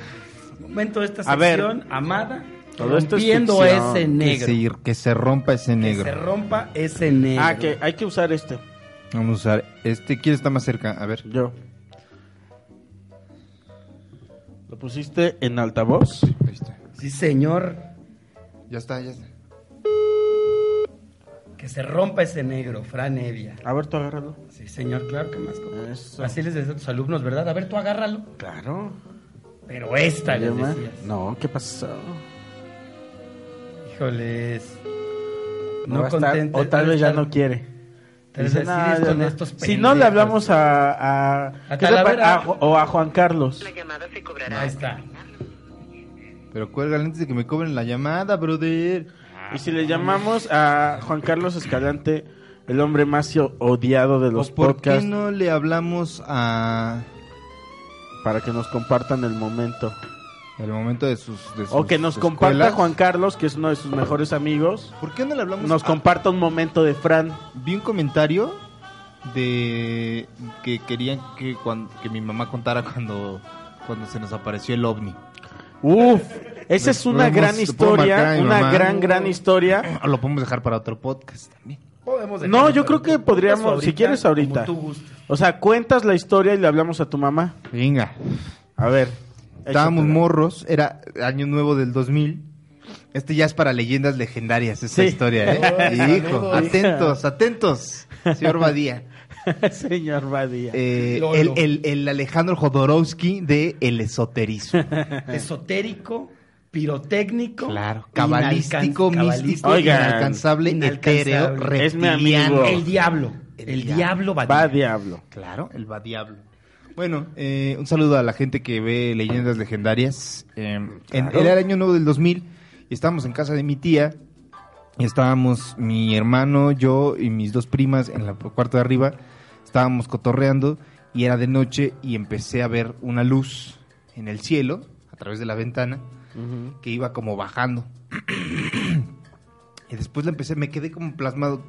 [SPEAKER 4] Momento de esta
[SPEAKER 5] A ver.
[SPEAKER 4] sección amada.
[SPEAKER 5] Todo esto es
[SPEAKER 4] rompiendo
[SPEAKER 5] ficción.
[SPEAKER 4] ese
[SPEAKER 1] Que
[SPEAKER 4] negro.
[SPEAKER 1] se, que se rompa ese
[SPEAKER 4] Que
[SPEAKER 1] negro.
[SPEAKER 4] se rompa ese negro.
[SPEAKER 5] Ah, que hay que usar este.
[SPEAKER 1] Vamos a usar este. ¿Quién está más cerca? A ver.
[SPEAKER 5] Yo. ¿Lo pusiste en altavoz?
[SPEAKER 1] Ahí está.
[SPEAKER 4] Sí, señor.
[SPEAKER 1] Ya está, ya está.
[SPEAKER 4] Que se rompa ese negro, Fran Evia.
[SPEAKER 5] A ver, tú agárralo.
[SPEAKER 4] Sí, señor, claro que más. Coco.
[SPEAKER 5] Eso.
[SPEAKER 4] Así les decía a tus alumnos, ¿verdad? A ver, tú agárralo.
[SPEAKER 5] Claro.
[SPEAKER 4] Pero esta les decías.
[SPEAKER 5] No, ¿qué pasó?
[SPEAKER 4] Híjoles.
[SPEAKER 5] No
[SPEAKER 4] No,
[SPEAKER 5] va a estar-
[SPEAKER 4] contento.
[SPEAKER 5] o tal vez ya no quiere.
[SPEAKER 4] Te les
[SPEAKER 5] Dice,
[SPEAKER 4] decides
[SPEAKER 5] "No, ya
[SPEAKER 4] con
[SPEAKER 5] no".
[SPEAKER 4] estos
[SPEAKER 5] si no le
[SPEAKER 4] pendejos.
[SPEAKER 5] hablamos a, a, ¿qué te
[SPEAKER 4] Talavera.
[SPEAKER 5] pa- a Ju- o a Juan Carlos.
[SPEAKER 4] Ahí está.
[SPEAKER 1] Pero cuelga antes de que me cobren la llamada, brother.
[SPEAKER 5] Y si le llamamos a Juan Carlos Escalante, el hombre más o- odiado de los
[SPEAKER 1] ¿O ¿Por
[SPEAKER 5] podcasts,
[SPEAKER 1] qué no le hablamos a.
[SPEAKER 5] para que nos compartan el momento.
[SPEAKER 1] El momento de sus. de
[SPEAKER 5] O
[SPEAKER 1] sus
[SPEAKER 5] que nos comparta
[SPEAKER 1] escuelas?
[SPEAKER 5] Juan Carlos, que es uno de sus mejores amigos,
[SPEAKER 1] ¿Por qué no le hablamos
[SPEAKER 5] nos
[SPEAKER 1] a-
[SPEAKER 5] comparta un momento de Fran.
[SPEAKER 1] Vi un comentario de que querían que, cuan- que mi mamá contara cuando, cuando se nos apareció el ovni.
[SPEAKER 5] Uf, esa es
[SPEAKER 1] Lo- lo
[SPEAKER 5] una
[SPEAKER 1] hemos-
[SPEAKER 5] gran
[SPEAKER 1] lo puedo marcar a
[SPEAKER 5] historia,
[SPEAKER 1] mi
[SPEAKER 5] una
[SPEAKER 1] mamá.
[SPEAKER 5] gran, gran historia.
[SPEAKER 1] O Lo podemos dejar para otro podcast también.
[SPEAKER 4] Podemos
[SPEAKER 5] No,
[SPEAKER 4] dejarlo
[SPEAKER 5] yo
[SPEAKER 4] para
[SPEAKER 5] creo que
[SPEAKER 4] ahorita.
[SPEAKER 5] podríamos,
[SPEAKER 4] Eso
[SPEAKER 5] si quieres ahorita.
[SPEAKER 4] Como tú gustes.
[SPEAKER 5] O sea, cuentas la historia y le hablamos a tu mamá.
[SPEAKER 1] Venga.
[SPEAKER 5] A ver.
[SPEAKER 1] Estábamos
[SPEAKER 5] échatela.
[SPEAKER 1] morros, era año nuevo del 2000. Este ya es para leyendas legendarias, esta
[SPEAKER 5] Sí.
[SPEAKER 1] historia, ¿eh? Hijo, atentos, atentos, señor Badía.
[SPEAKER 5] Señor Badía.
[SPEAKER 1] Eh,
[SPEAKER 4] Lolo.
[SPEAKER 1] el, el- el Alejandro Jodorowsky de El Esoterismo.
[SPEAKER 4] Esotérico, pirotécnico,
[SPEAKER 1] Claro, cabalístico,
[SPEAKER 4] inalcan-
[SPEAKER 1] místico,
[SPEAKER 4] cabalístico.
[SPEAKER 5] Oigan.
[SPEAKER 1] inalcanzable,
[SPEAKER 4] Inalcanzable.
[SPEAKER 1] etéreo,
[SPEAKER 5] Es mi amigo.
[SPEAKER 1] reptiliano.
[SPEAKER 4] El diablo. El,
[SPEAKER 1] El
[SPEAKER 4] diablo Badía.
[SPEAKER 5] Va diablo.
[SPEAKER 1] Claro, el Badiablo. Bueno, eh, un saludo a la gente que ve leyendas legendarias. Eh, en,
[SPEAKER 5] Claro.
[SPEAKER 1] era el año nuevo del 2000 y estábamos en casa de mi tía. Y estábamos mi hermano, yo y mis dos primas en la cuarto de arriba. Estábamos cotorreando y era de noche y empecé a ver una luz en el cielo a través de la ventana que iba como bajando. y después la empecé, me quedé como plasmado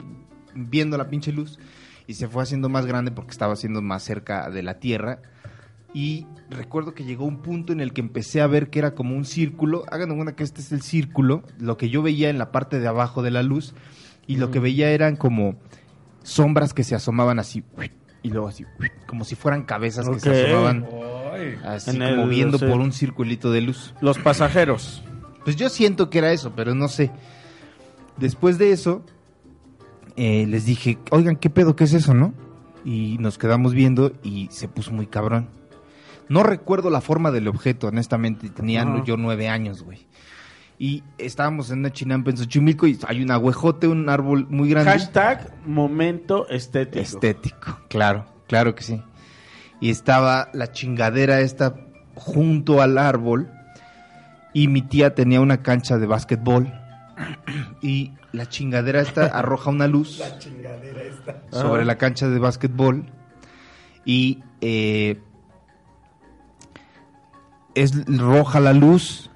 [SPEAKER 1] viendo la pinche luz y se fue haciendo más grande porque estaba haciendo más cerca de la Tierra. Y recuerdo que llegó un punto en el que empecé a ver que era como un círculo. Hagan de cuenta que este es el círculo, lo que yo veía en la parte de abajo de la luz y lo que veía eran como sombras que se asomaban así y luego así como si fueran cabezas que se
[SPEAKER 5] Ok.
[SPEAKER 1] asomaban
[SPEAKER 4] Ay.
[SPEAKER 1] así
[SPEAKER 5] En el-
[SPEAKER 1] como viendo
[SPEAKER 5] sí.
[SPEAKER 1] por un circulito de luz.
[SPEAKER 5] Los pasajeros.
[SPEAKER 1] Pues yo siento que era eso, pero no sé. Después de eso, eh, les dije, oigan, ¿qué pedo? ¿Qué es eso, no? Y nos quedamos viendo y se puso muy cabrón. No recuerdo la forma del objeto, honestamente. Tenía
[SPEAKER 5] Ajá.
[SPEAKER 1] yo nueve años, güey. Y estábamos en una chinampa en Xochimilco y hay un agüejote, un árbol muy grande.
[SPEAKER 5] Hashtag momento estético.
[SPEAKER 1] Estético, claro, claro que sí. Y estaba la chingadera esta junto al árbol y mi tía tenía una cancha de básquetbol y la chingadera esta arroja una luz
[SPEAKER 4] Chingadera esta. Ah.
[SPEAKER 1] sobre la cancha de básquetbol y eh, es roja la luz.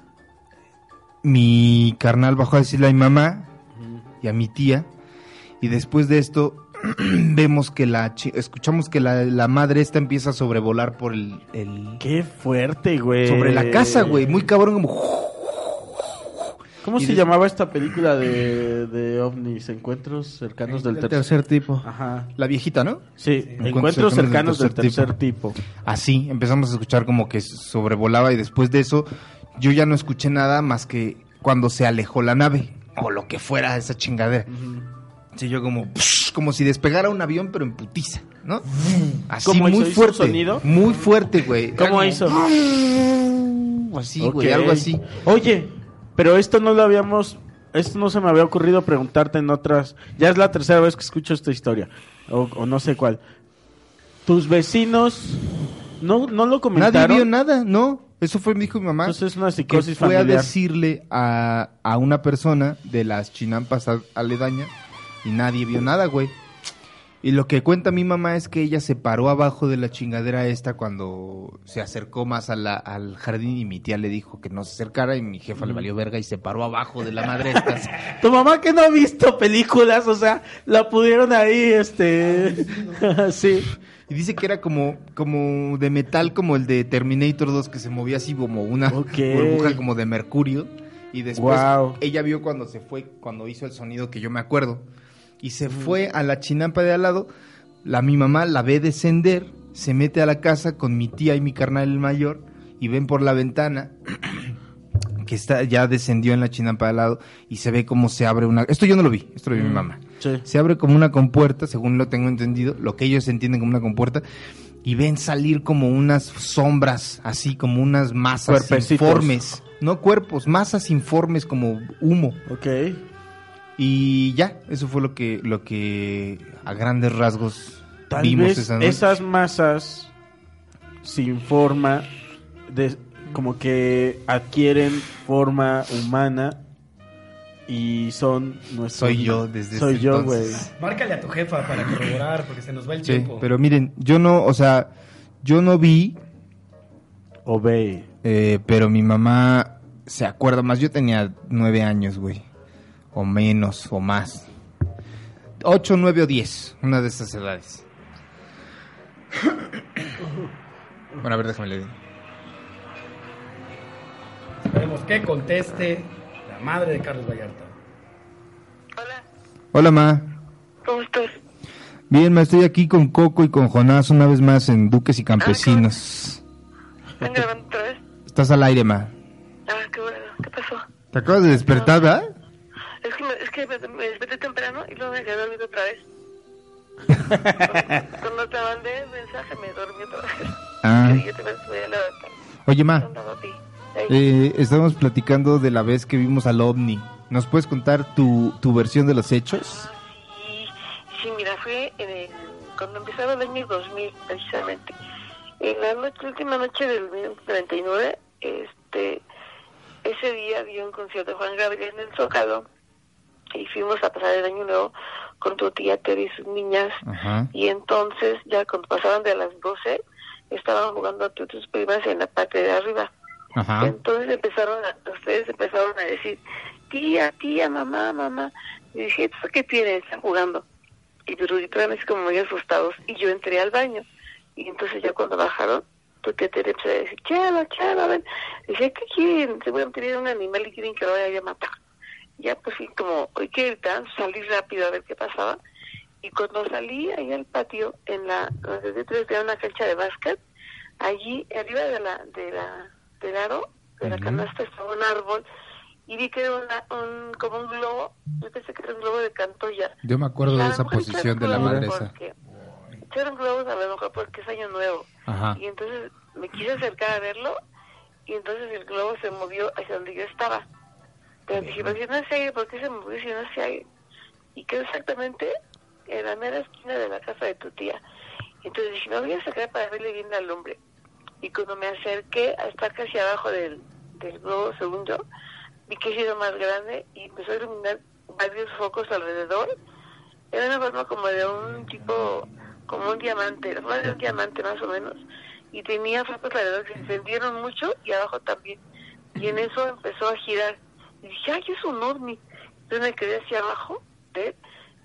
[SPEAKER 1] Mi carnal bajó a decirle a mi mamá y a mi tía y después de esto vemos que la chi- escuchamos que la, la madre esta empieza a sobrevolar por el, el-
[SPEAKER 5] Qué fuerte, güey.
[SPEAKER 1] sobre la casa, güey, muy cabrón como
[SPEAKER 5] ¿Cómo
[SPEAKER 1] Y
[SPEAKER 5] se
[SPEAKER 1] des-
[SPEAKER 5] llamaba esta película de, de ovnis? Encuentros cercanos del tercer...
[SPEAKER 1] tipo.
[SPEAKER 5] Ajá.
[SPEAKER 1] La viejita, ¿no?
[SPEAKER 5] Sí,
[SPEAKER 1] Encuentros
[SPEAKER 5] encuentros,
[SPEAKER 1] cercanos
[SPEAKER 5] cercanos
[SPEAKER 1] del
[SPEAKER 5] del tercer tipo.
[SPEAKER 1] Así empezamos a escuchar como que sobrevolaba y después de eso yo ya no escuché nada más que cuando se alejó la nave o lo que fuera esa chingadera. Sí, yo como psh, como si despegara un avión pero en putiza, ¿no? Así
[SPEAKER 5] ¿Cómo hizo?
[SPEAKER 1] muy
[SPEAKER 5] ¿Hizo
[SPEAKER 1] fuerte,
[SPEAKER 5] sonido?
[SPEAKER 1] muy fuerte, güey. Era
[SPEAKER 5] ¿Cómo
[SPEAKER 1] como,
[SPEAKER 5] hizo?
[SPEAKER 1] Así,
[SPEAKER 5] Ok.
[SPEAKER 1] güey, algo así.
[SPEAKER 5] Oye, pero esto no lo habíamos... Esto no se me había ocurrido preguntarte en otras... Ya es la tercera vez que escucho esta historia. O, o no sé cuál. Tus vecinos... ¿No, no lo comentaron?
[SPEAKER 1] Nadie vio nada, ¿no? Eso fue, me dijo mi mamá.
[SPEAKER 5] Entonces es una
[SPEAKER 1] que
[SPEAKER 5] psicosis
[SPEAKER 1] fue a
[SPEAKER 5] familiar.
[SPEAKER 1] decirle a, a una persona de las chinampas al- aledañas y nadie vio nada, güey. Y lo que cuenta mi mamá es que ella se paró abajo de la chingadera esta cuando se acercó más a la- al jardín y mi tía le dijo que no se acercara y mi jefa le valió verga y se paró abajo de la madre esta.
[SPEAKER 5] Tu mamá que no ha visto películas, o sea, la pudieron ahí, este... sí.
[SPEAKER 1] Y dice que era como, como de metal, como el de Terminator 2, que se movía así como una
[SPEAKER 5] Ok.
[SPEAKER 1] burbuja como de mercurio. Y después
[SPEAKER 5] Guau.
[SPEAKER 1] ella vio cuando se fue, cuando hizo el sonido que yo me acuerdo. Y se fue a la chinampa de al lado. La, mi mamá la ve descender, se mete a la casa con mi tía y mi carnal el mayor. Y ven por la ventana que está, ya descendió en la chinampa de al lado. Y se ve cómo se abre una. Esto yo no lo vi, esto lo vio mi
[SPEAKER 5] Mm.
[SPEAKER 1] mamá.
[SPEAKER 5] Sí.
[SPEAKER 1] Se abre como una compuerta, según lo tengo entendido, lo que ellos entienden como una compuerta, y ven salir como unas sombras, así como unas masas
[SPEAKER 5] Cuerpecitos.
[SPEAKER 1] informes, no cuerpos, masas informes como humo.
[SPEAKER 5] Ok.
[SPEAKER 1] Y ya, eso fue lo que, lo que a grandes rasgos
[SPEAKER 5] Tal
[SPEAKER 1] vimos
[SPEAKER 5] vez
[SPEAKER 1] esa noche.
[SPEAKER 5] esas masas sin forma, de, como que adquieren forma humana y son nuestros...
[SPEAKER 1] Soy yo desde
[SPEAKER 5] Soy
[SPEAKER 1] ese
[SPEAKER 5] yo, güey.
[SPEAKER 1] entonces.
[SPEAKER 4] Márcale a tu jefa para corroborar, porque se nos va el
[SPEAKER 1] Sí,
[SPEAKER 4] tiempo.
[SPEAKER 1] pero miren, yo no, o sea, yo no vi,
[SPEAKER 5] O ve.
[SPEAKER 1] eh, pero mi mamá se acuerda más. Yo tenía nueve años, güey, o menos, o más. 8, 9 o 10, una de esas edades. Bueno, a ver, déjame le digo.
[SPEAKER 4] Esperemos que conteste la madre de Carlos Vallarta.
[SPEAKER 1] Hola, ma.
[SPEAKER 7] ¿Cómo estás?
[SPEAKER 1] Bien, ma, estoy aquí con Coco y con Jonás una vez más en Duques y Campesinos.
[SPEAKER 7] ¿Están grabando otra vez?
[SPEAKER 1] Estás al aire, ma.
[SPEAKER 7] Ah, qué bueno. ¿Qué pasó?
[SPEAKER 1] Te acabas de despertar, ah? ¿verdad?
[SPEAKER 7] Es que me, es que me, me desperté temprano y luego me quedé dormido otra vez. Cuando te mandé mensaje me dormí otra vez.
[SPEAKER 1] Ah.
[SPEAKER 7] Y yo te voy a levantar.
[SPEAKER 1] Oye, ma,
[SPEAKER 7] ¿Dónde papi? Ey,
[SPEAKER 1] eh, estamos platicando de la vez que vimos al ovni. ¿Nos puedes contar tu, tu versión de los hechos?
[SPEAKER 7] sí, sí, mira, fue en el, cuando empezaba el año 2000 precisamente. En la noche, última noche del 1999, este, ese día dio un concierto de Juan Gabriel en el Zócalo y fuimos a pasar el año nuevo con tu tía Tere y sus niñas.
[SPEAKER 1] Ajá.
[SPEAKER 7] Y entonces, ya cuando pasaban de las 12, estaban jugando a tú y tus primas en la parte de arriba.
[SPEAKER 1] Ajá.
[SPEAKER 7] Entonces empezaron a, ustedes empezaron a decir, tía, tía, mamá, mamá. Y dije, "¿Esto ¿qué tiene? Están jugando. Y pero eran así como muy asustados. Y yo entré al baño. Y entonces ya cuando bajaron, pues, tu tía Tere empezó a decir, chava, chava, ven. Dije, ¿qué quieren? Seguramente tienen un animal y quieren que lo vaya a matar. Ya pues sí, como, oye, que gritar, salí rápido a ver qué pasaba. Y cuando salí ahí al patio, en la, donde detrás tenía una cancha de básquet, allí arriba de la, de la, del aro, de la canasta estaba un árbol, y vi que era una, un, como un globo, yo pensé que era un globo de cantoya.
[SPEAKER 8] Yo me acuerdo de
[SPEAKER 7] A lo
[SPEAKER 8] esa
[SPEAKER 7] mejor echaron
[SPEAKER 8] posición de la
[SPEAKER 7] globos
[SPEAKER 8] madre esa.
[SPEAKER 7] porque- Echaron globos a lo mejor porque es año nuevo.
[SPEAKER 8] Ajá.
[SPEAKER 7] Y entonces me quise acercar a verlo y entonces el globo se movió hacia donde yo estaba. Pero dije, ¿por qué no se aire? ¿Por qué se movió si no se aire? Y quedó exactamente en la mera esquina de la casa de tu tía. Entonces dije, me voy a sacar para verle bien la lumbre. Y cuando me acerqué hasta casi abajo del, del globo, según yo, vi que era más grande y empezó a iluminar varios focos alrededor. Era una forma como de un tipo, como un diamante, la forma de un diamante más o menos. Y tenía focos alrededor que se encendieron mucho y abajo también. Y en eso empezó a girar. Y dije, ay, es un ovni. Entonces me quedé hacia abajo de él.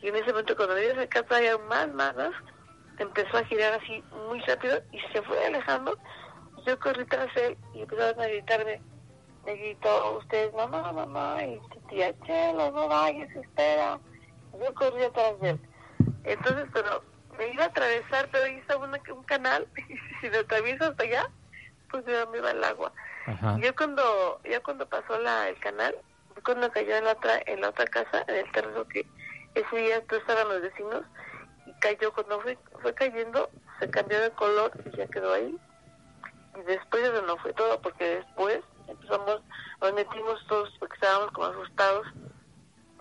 [SPEAKER 7] Y en ese momento, cuando me di acá todavía más, más, más, empezó a girar así muy rápido y se fue alejando. Yo corrí tras él y empezaron a gritarme. Me gritó usted, mamá, mamá, y tu tía Chelo, no vayas, espera. Yo corrí atrás de él. Entonces, pero me iba a atravesar, pero ahí estaba una- un canal. Y si me atravieso hasta allá, pues ya me iba al agua.
[SPEAKER 8] Ajá.
[SPEAKER 7] Yo cuando ya cuando pasó la, el canal, fue cuando cayó en la otra en la otra casa, en el terreno que ese día tú estaban los vecinos y cayó cuando fue, fue cayendo se cambió de color y ya quedó ahí. Y después eso no fue todo porque después empezamos nos metimos todos porque estábamos como asustados.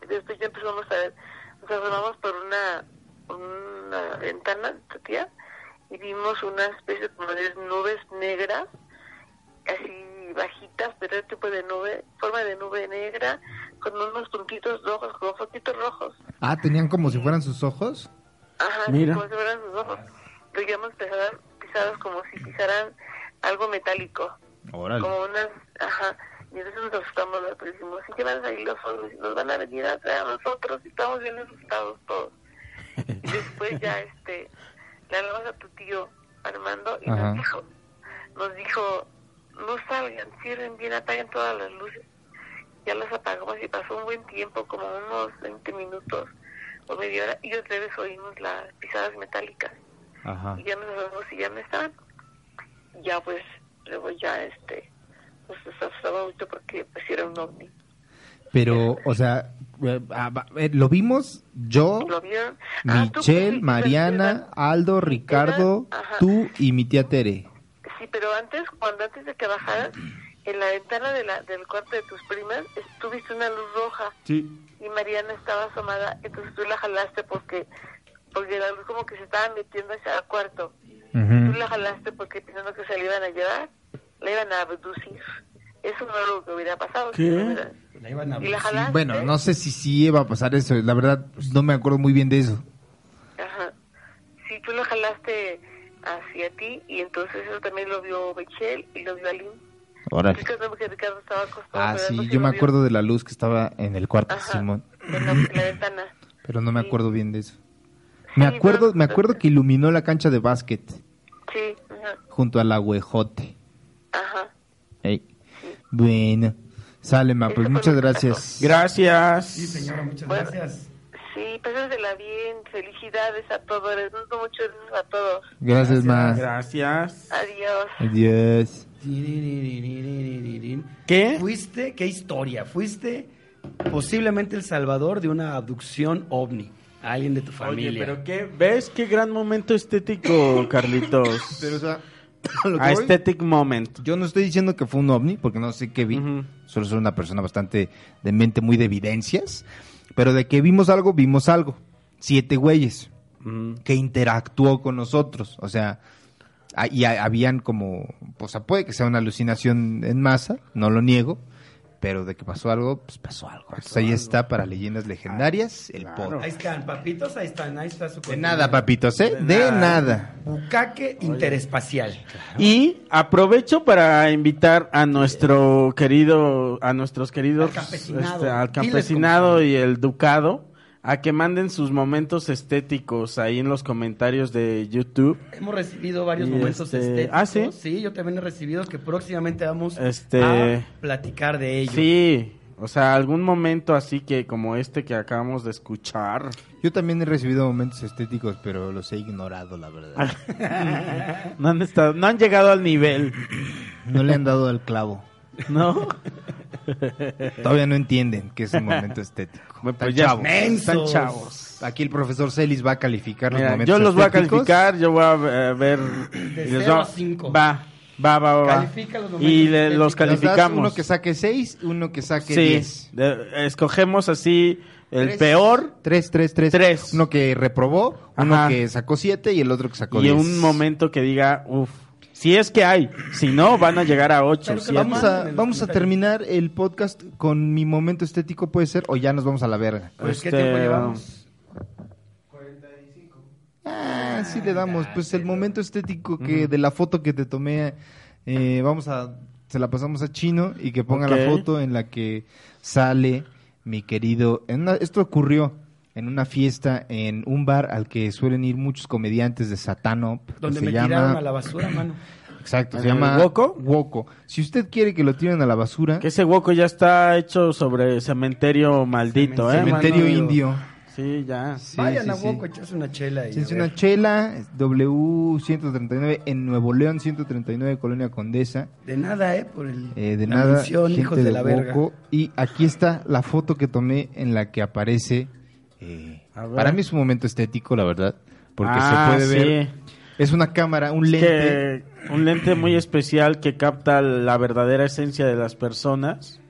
[SPEAKER 7] Y después ya empezamos a ver, nos asomamos por una una ventana de tu tía y vimos una especie como de nubes negras así bajitas, pero era tipo de nube, forma de nube negra, con unos puntitos rojos, como foquitos rojos.
[SPEAKER 1] Ah, tenían como si fueran sus ojos.
[SPEAKER 7] Ajá, sí,
[SPEAKER 5] Mira.
[SPEAKER 7] como si fueran sus ojos. Digamos pisadas, pisadas como si pisaran algo metálico,
[SPEAKER 1] Órale.
[SPEAKER 7] como unas, ajá. Y entonces nos asustamos, ¿no? pero dijimos, sí que van a salir los ojos, nos van a venir a traer a nosotros, y estamos bien asustados todos. Y después ya, este, le hablamos a tu tío Armando y
[SPEAKER 1] Ajá.
[SPEAKER 7] nos dijo, nos dijo, no salgan, cierren bien, apaguen todas las luces. Ya las apagamos y pasó un buen tiempo, como unos 20 minutos o media hora, y otra vez oímos las pisadas metálicas.
[SPEAKER 1] Ajá.
[SPEAKER 7] Y ya nos vemos y ya no estaban. Ya pues, luego ya este, pues nos asustaba mucho porque pues era un ovni.
[SPEAKER 1] Pero, o sea, eh, ah, va- eh, lo vimos yo,
[SPEAKER 7] ¿Lo vieron? Ah, tú,
[SPEAKER 1] Michelle,
[SPEAKER 7] sí,
[SPEAKER 1] Mariana, Aldo, Ricardo,
[SPEAKER 7] Ajá.
[SPEAKER 1] tú y mi tía Tere.
[SPEAKER 7] Sí, pero antes, cuando antes de que bajaras, en la ventana de la, del cuarto de tus primas, estuviste una luz roja. Y Mariana estaba asomada, entonces tú la jalaste porque porque la luz como que se estaba metiendo hacia el cuarto.
[SPEAKER 1] Mm.
[SPEAKER 7] Tú la jalaste porque pensando que se la iban a llevar, la iban a abducir. Eso no es lo que hubiera pasado. si
[SPEAKER 5] ¿Qué?
[SPEAKER 7] no hubiera-
[SPEAKER 4] La iban a
[SPEAKER 7] Y la
[SPEAKER 4] ver.
[SPEAKER 7] jalaste.
[SPEAKER 1] Bueno, no sé si sí iba a pasar eso. La verdad, pues, no me acuerdo muy bien de eso.
[SPEAKER 7] Ajá. Sí, tú la jalaste hacia ti y entonces eso también lo vio Michelle y lo vio Aline.
[SPEAKER 1] Órale.
[SPEAKER 7] Ricardo, porque Ricardo estaba acostado.
[SPEAKER 1] Ah,
[SPEAKER 7] pero no
[SPEAKER 1] sí,
[SPEAKER 7] se
[SPEAKER 1] yo me
[SPEAKER 7] movió.
[SPEAKER 1] acuerdo de la luz que estaba en el cuarto de
[SPEAKER 7] Ajá,
[SPEAKER 1] Simón,
[SPEAKER 7] En la, en la ventana.
[SPEAKER 1] pero no me acuerdo bien de eso.
[SPEAKER 7] Sí,
[SPEAKER 1] Me acuerdo,
[SPEAKER 7] bueno,
[SPEAKER 1] me acuerdo que iluminó la cancha de básquet.
[SPEAKER 7] Sí, ajá,
[SPEAKER 1] junto al agüejote.
[SPEAKER 7] ajá.
[SPEAKER 1] Ey. Bueno, sale, ma, pues muchas gracias.
[SPEAKER 5] Gracias.
[SPEAKER 4] Sí, señora, muchas
[SPEAKER 7] Bueno.
[SPEAKER 4] gracias.
[SPEAKER 7] Sí, pues pásensela bien. Felicidades a todos. Les mando muchos besos a todos.
[SPEAKER 1] Gracias, ma.
[SPEAKER 5] Gracias.
[SPEAKER 7] Adiós.
[SPEAKER 1] Adiós.
[SPEAKER 5] ¿Qué?
[SPEAKER 4] Fuiste, qué historia, fuiste posiblemente el salvador de una abducción ovni a alguien de tu
[SPEAKER 5] Oye,
[SPEAKER 4] familia.
[SPEAKER 5] pero qué, ¿ves qué gran momento estético, Carlitos?
[SPEAKER 1] Pero, o sea,
[SPEAKER 5] A este aesthetic moment.
[SPEAKER 1] Yo no estoy diciendo que fue un ovni, porque no sé qué vi.
[SPEAKER 5] Ujú.
[SPEAKER 1] Solo soy una persona bastante de mente muy de evidencias. Pero de que vimos algo, vimos algo. Siete güeyes
[SPEAKER 5] Mm.
[SPEAKER 1] que interactuó con nosotros. O sea, a- y a- habían como, o sea, puede que sea una alucinación en masa, no lo niego. Pero de que pasó algo, pues pasó algo. Entonces, ahí está para leyendas legendarias, el
[SPEAKER 5] Ah, claro.
[SPEAKER 1] podcast.
[SPEAKER 4] Ahí están, papitos, ahí están, ahí está su
[SPEAKER 1] De nada, papitos, ¿eh? De nada.
[SPEAKER 4] Bucaque interespacial.
[SPEAKER 5] Y aprovecho para invitar a nuestro querido, a nuestros queridos, este,
[SPEAKER 4] Al campesinado.
[SPEAKER 5] al
[SPEAKER 4] Diles
[SPEAKER 5] campesinado
[SPEAKER 4] cómo son.
[SPEAKER 5] y el ducado, a que manden sus momentos estéticos ahí en los comentarios de YouTube.
[SPEAKER 4] Hemos recibido varios
[SPEAKER 5] Y
[SPEAKER 4] momentos
[SPEAKER 5] este-
[SPEAKER 4] estéticos.
[SPEAKER 5] ah, ¿sí?
[SPEAKER 4] yo también he recibido que próximamente vamos
[SPEAKER 5] Este-
[SPEAKER 4] a platicar de ello.
[SPEAKER 5] Sí, o sea, algún momento así que como este que acabamos de escuchar.
[SPEAKER 1] Yo también he recibido momentos estéticos, pero los he ignorado, la
[SPEAKER 5] Ah.
[SPEAKER 1] verdad.
[SPEAKER 5] No han, estado- no han llegado al nivel,
[SPEAKER 1] No le han dado al clavo.
[SPEAKER 5] ¿no?
[SPEAKER 1] Todavía no entienden que es un momento estético.
[SPEAKER 5] Pues
[SPEAKER 1] Están
[SPEAKER 5] ya-
[SPEAKER 1] chavos.
[SPEAKER 5] Están
[SPEAKER 4] Mensos.
[SPEAKER 5] chavos.
[SPEAKER 1] Aquí el profesor Celis va a calificar los
[SPEAKER 5] Mira,
[SPEAKER 1] momentos
[SPEAKER 5] yo los voy a
[SPEAKER 1] estéticos.
[SPEAKER 5] calificar, yo voy a eh, ver. y les
[SPEAKER 4] cero
[SPEAKER 5] va-
[SPEAKER 4] a cinco.
[SPEAKER 5] Va, va, va, va. va.
[SPEAKER 4] Califica los momentos
[SPEAKER 5] y le- los
[SPEAKER 4] estéticos.
[SPEAKER 1] Nos das
[SPEAKER 5] calificamos.
[SPEAKER 1] Uno que saque 6, uno que saque
[SPEAKER 5] sí,
[SPEAKER 1] 10.
[SPEAKER 5] de- escogemos así el
[SPEAKER 1] Tres.
[SPEAKER 5] peor
[SPEAKER 1] 3, 3, 3.
[SPEAKER 5] Tres.
[SPEAKER 1] Uno que reprobó, uno
[SPEAKER 5] Ajá.
[SPEAKER 1] que sacó 7 y el otro que sacó
[SPEAKER 5] y
[SPEAKER 1] 10.
[SPEAKER 5] un momento que diga, uff. Si es que hay, si no, van a llegar a 8.
[SPEAKER 4] Pero que lo
[SPEAKER 1] Vamos a, vamos a terminar el podcast con mi momento estético, puede ser, o ya nos vamos a la verga.
[SPEAKER 4] Pues, ¿qué
[SPEAKER 5] Este,
[SPEAKER 4] tiempo llevamos?
[SPEAKER 1] Ah, sí le damos. Pues el momento estético que de la foto que te tomé, eh, vamos a, se la pasamos a Chino y que ponga la
[SPEAKER 5] Ok.
[SPEAKER 1] foto en la que sale mi querido. en una- esto ocurrió en una fiesta en un bar al que suelen ir muchos comediantes de Satano. que
[SPEAKER 4] Donde
[SPEAKER 1] se
[SPEAKER 4] me
[SPEAKER 1] llama,
[SPEAKER 4] tiraron a la basura, mano.
[SPEAKER 1] Exacto, se
[SPEAKER 5] ¿En el
[SPEAKER 1] llama
[SPEAKER 5] Woco?
[SPEAKER 1] Woco. Si usted quiere que lo tiren a la basura,
[SPEAKER 5] Que ese hueco ya está hecho sobre cementerio maldito, ¿eh?
[SPEAKER 1] cementerio
[SPEAKER 5] mano?
[SPEAKER 1] indio.
[SPEAKER 5] Sí, ya.
[SPEAKER 1] Sí,
[SPEAKER 4] Vayan
[SPEAKER 1] sí,
[SPEAKER 4] a
[SPEAKER 1] sí.
[SPEAKER 4] Woco, echarse una chela. Y,
[SPEAKER 1] Se hace
[SPEAKER 4] a
[SPEAKER 1] una
[SPEAKER 4] ver.
[SPEAKER 1] chela W139 en Nuevo León, 139 Colonia Condesa.
[SPEAKER 4] De nada, ¿eh? Por el,
[SPEAKER 1] Eh, de
[SPEAKER 4] la
[SPEAKER 1] nada,
[SPEAKER 4] mención,
[SPEAKER 1] gente
[SPEAKER 4] hijos de, la verga.
[SPEAKER 1] Woco. Y aquí está la foto que tomé en la que aparece. eh,
[SPEAKER 5] A ver.
[SPEAKER 1] para mí es un momento estético, la verdad, porque
[SPEAKER 5] Ah,
[SPEAKER 1] se puede
[SPEAKER 5] sí.
[SPEAKER 1] ver. Es una cámara, un
[SPEAKER 5] Es
[SPEAKER 1] lente.
[SPEAKER 5] que un lente muy especial que capta la verdadera esencia de las personas.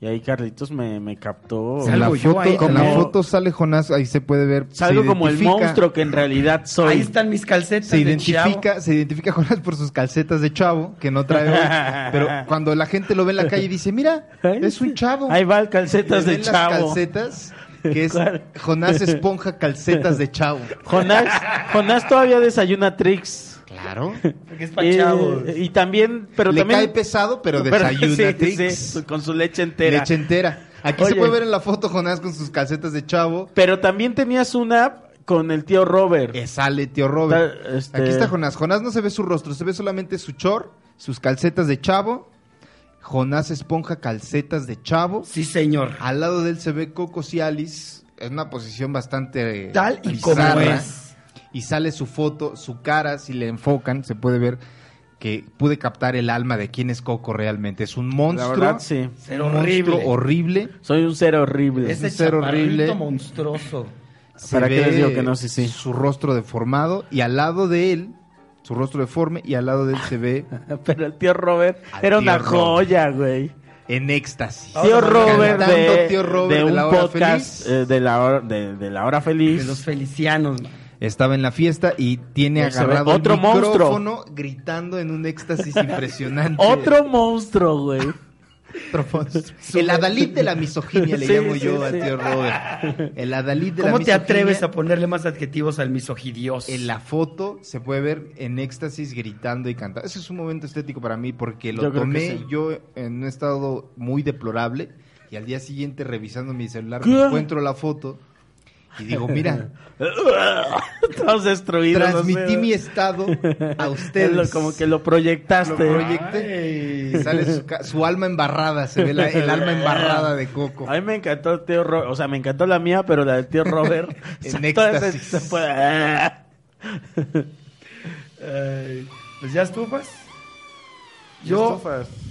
[SPEAKER 5] Y ahí Carlitos me, me captó.
[SPEAKER 1] En la,
[SPEAKER 4] Salgo yo
[SPEAKER 1] foto,
[SPEAKER 4] ahí
[SPEAKER 1] en la
[SPEAKER 5] también.
[SPEAKER 1] foto sale Jonás, ahí se puede ver. se
[SPEAKER 5] Salgo como el
[SPEAKER 1] identifica-
[SPEAKER 5] monstruo que en realidad soy.
[SPEAKER 4] Ahí están mis calcetas
[SPEAKER 1] Se
[SPEAKER 4] de chavo.
[SPEAKER 1] identifica, se identifica Jonás por sus calcetas de chavo que no trae hoy. Pero cuando la gente lo ve en la calle dice, mira,
[SPEAKER 5] Ay,
[SPEAKER 1] es un chavo.
[SPEAKER 5] Ahí va el calcetas
[SPEAKER 1] Le
[SPEAKER 5] de
[SPEAKER 1] ven las
[SPEAKER 5] chavo.
[SPEAKER 1] calcetas, que es
[SPEAKER 5] ¿Cuál?
[SPEAKER 1] Jonás Esponja calcetas de chavo.
[SPEAKER 5] Jonás, Jonás todavía desayuna tricks.
[SPEAKER 1] Claro.
[SPEAKER 4] Porque es pa'
[SPEAKER 5] Y,
[SPEAKER 4] chavos.
[SPEAKER 5] y también, pero
[SPEAKER 1] Le
[SPEAKER 5] también.
[SPEAKER 1] cae pesado, pero desayuna
[SPEAKER 5] sí,
[SPEAKER 1] Trix.
[SPEAKER 5] sí, con su leche entera.
[SPEAKER 1] Leche entera. Aquí se
[SPEAKER 5] Oye.
[SPEAKER 1] puede ver en la foto Jonás con sus calcetas de chavo.
[SPEAKER 5] Pero también tenías una con el tío Robert.
[SPEAKER 1] Eh, sale tío Robert.
[SPEAKER 5] Está, este-
[SPEAKER 1] Aquí está Jonás. Jonás no se ve su rostro, se ve solamente su chor, sus calcetas de chavo. Jonás esponja calcetas de chavo.
[SPEAKER 4] Sí, señor.
[SPEAKER 1] Al lado de él se ve Coco Cialis en una posición bastante eh,
[SPEAKER 4] Tal y como
[SPEAKER 1] bizarra.
[SPEAKER 4] es.
[SPEAKER 1] y sale su foto, su cara, si le enfocan, se puede ver que pude captar el alma de quién es Coco realmente. Es un
[SPEAKER 5] La
[SPEAKER 1] monstruo,
[SPEAKER 5] verdad, sí.
[SPEAKER 1] un
[SPEAKER 4] Ser horrible.
[SPEAKER 1] monstruo horrible.
[SPEAKER 5] Soy un ser horrible.
[SPEAKER 4] Ese
[SPEAKER 1] ser
[SPEAKER 4] ser horrible.
[SPEAKER 1] horrible.
[SPEAKER 4] monstruoso.
[SPEAKER 1] Se
[SPEAKER 5] ¿Para qué
[SPEAKER 1] ve
[SPEAKER 5] les digo que no? Sí, sí.
[SPEAKER 1] Su rostro deformado y al lado de él, su rostro deforme y al lado de él se ve
[SPEAKER 5] Pero el tío Robert
[SPEAKER 1] Al
[SPEAKER 5] era
[SPEAKER 1] tío
[SPEAKER 5] una
[SPEAKER 1] Robert.
[SPEAKER 5] joya, güey.
[SPEAKER 1] en éxtasis.
[SPEAKER 5] Tío Robert,
[SPEAKER 1] Cantando
[SPEAKER 5] de,
[SPEAKER 1] Tío Robert
[SPEAKER 5] de
[SPEAKER 1] de
[SPEAKER 5] un
[SPEAKER 1] La Hora
[SPEAKER 5] podcast
[SPEAKER 1] Feliz.
[SPEAKER 5] eh, de, la hora, de, de la hora
[SPEAKER 4] De
[SPEAKER 5] feliz.
[SPEAKER 4] los felicianos. man.
[SPEAKER 1] eh, Estaba en la fiesta y tiene
[SPEAKER 5] Ya se ve
[SPEAKER 1] agarrado
[SPEAKER 5] otro
[SPEAKER 1] el
[SPEAKER 5] monstruo.
[SPEAKER 1] micrófono gritando en un éxtasis impresionante.
[SPEAKER 5] Otro monstruo, güey.
[SPEAKER 1] Otro monstruo. El adalid de la misoginia le
[SPEAKER 5] Sí,
[SPEAKER 1] llamo
[SPEAKER 5] sí,
[SPEAKER 1] yo a
[SPEAKER 5] sí.
[SPEAKER 1] tío Robert. El adalid de la
[SPEAKER 4] ¿Cómo te
[SPEAKER 1] misoginia.
[SPEAKER 4] atreves a ponerle más adjetivos al misogidios?
[SPEAKER 1] En la foto se puede ver en éxtasis gritando y cantando. Ese es un momento estético para mí porque lo
[SPEAKER 5] Yo creo que
[SPEAKER 1] tomé
[SPEAKER 5] sí.
[SPEAKER 1] yo en un estado muy deplorable y al día siguiente revisando mi celular
[SPEAKER 5] ¿Qué?
[SPEAKER 1] me encuentro la foto Y digo, mira,
[SPEAKER 5] Todos destruidos. o
[SPEAKER 1] transmití
[SPEAKER 5] sea.
[SPEAKER 1] mi estado a
[SPEAKER 5] Lo-
[SPEAKER 1] ustedes.
[SPEAKER 5] como que lo proyectaste.
[SPEAKER 1] Lo proyecté
[SPEAKER 4] Ay.
[SPEAKER 1] y sale su, ca- su alma embarrada, se ve la- el alma embarrada de Coco.
[SPEAKER 5] A mí me encantó el tío Robert. O sea, me encantó la mía, pero la del tío Robert.
[SPEAKER 1] En
[SPEAKER 5] toda esa-
[SPEAKER 1] éxtasis.
[SPEAKER 5] se fue- ah.
[SPEAKER 4] Ay, pues ya estufas. Yo,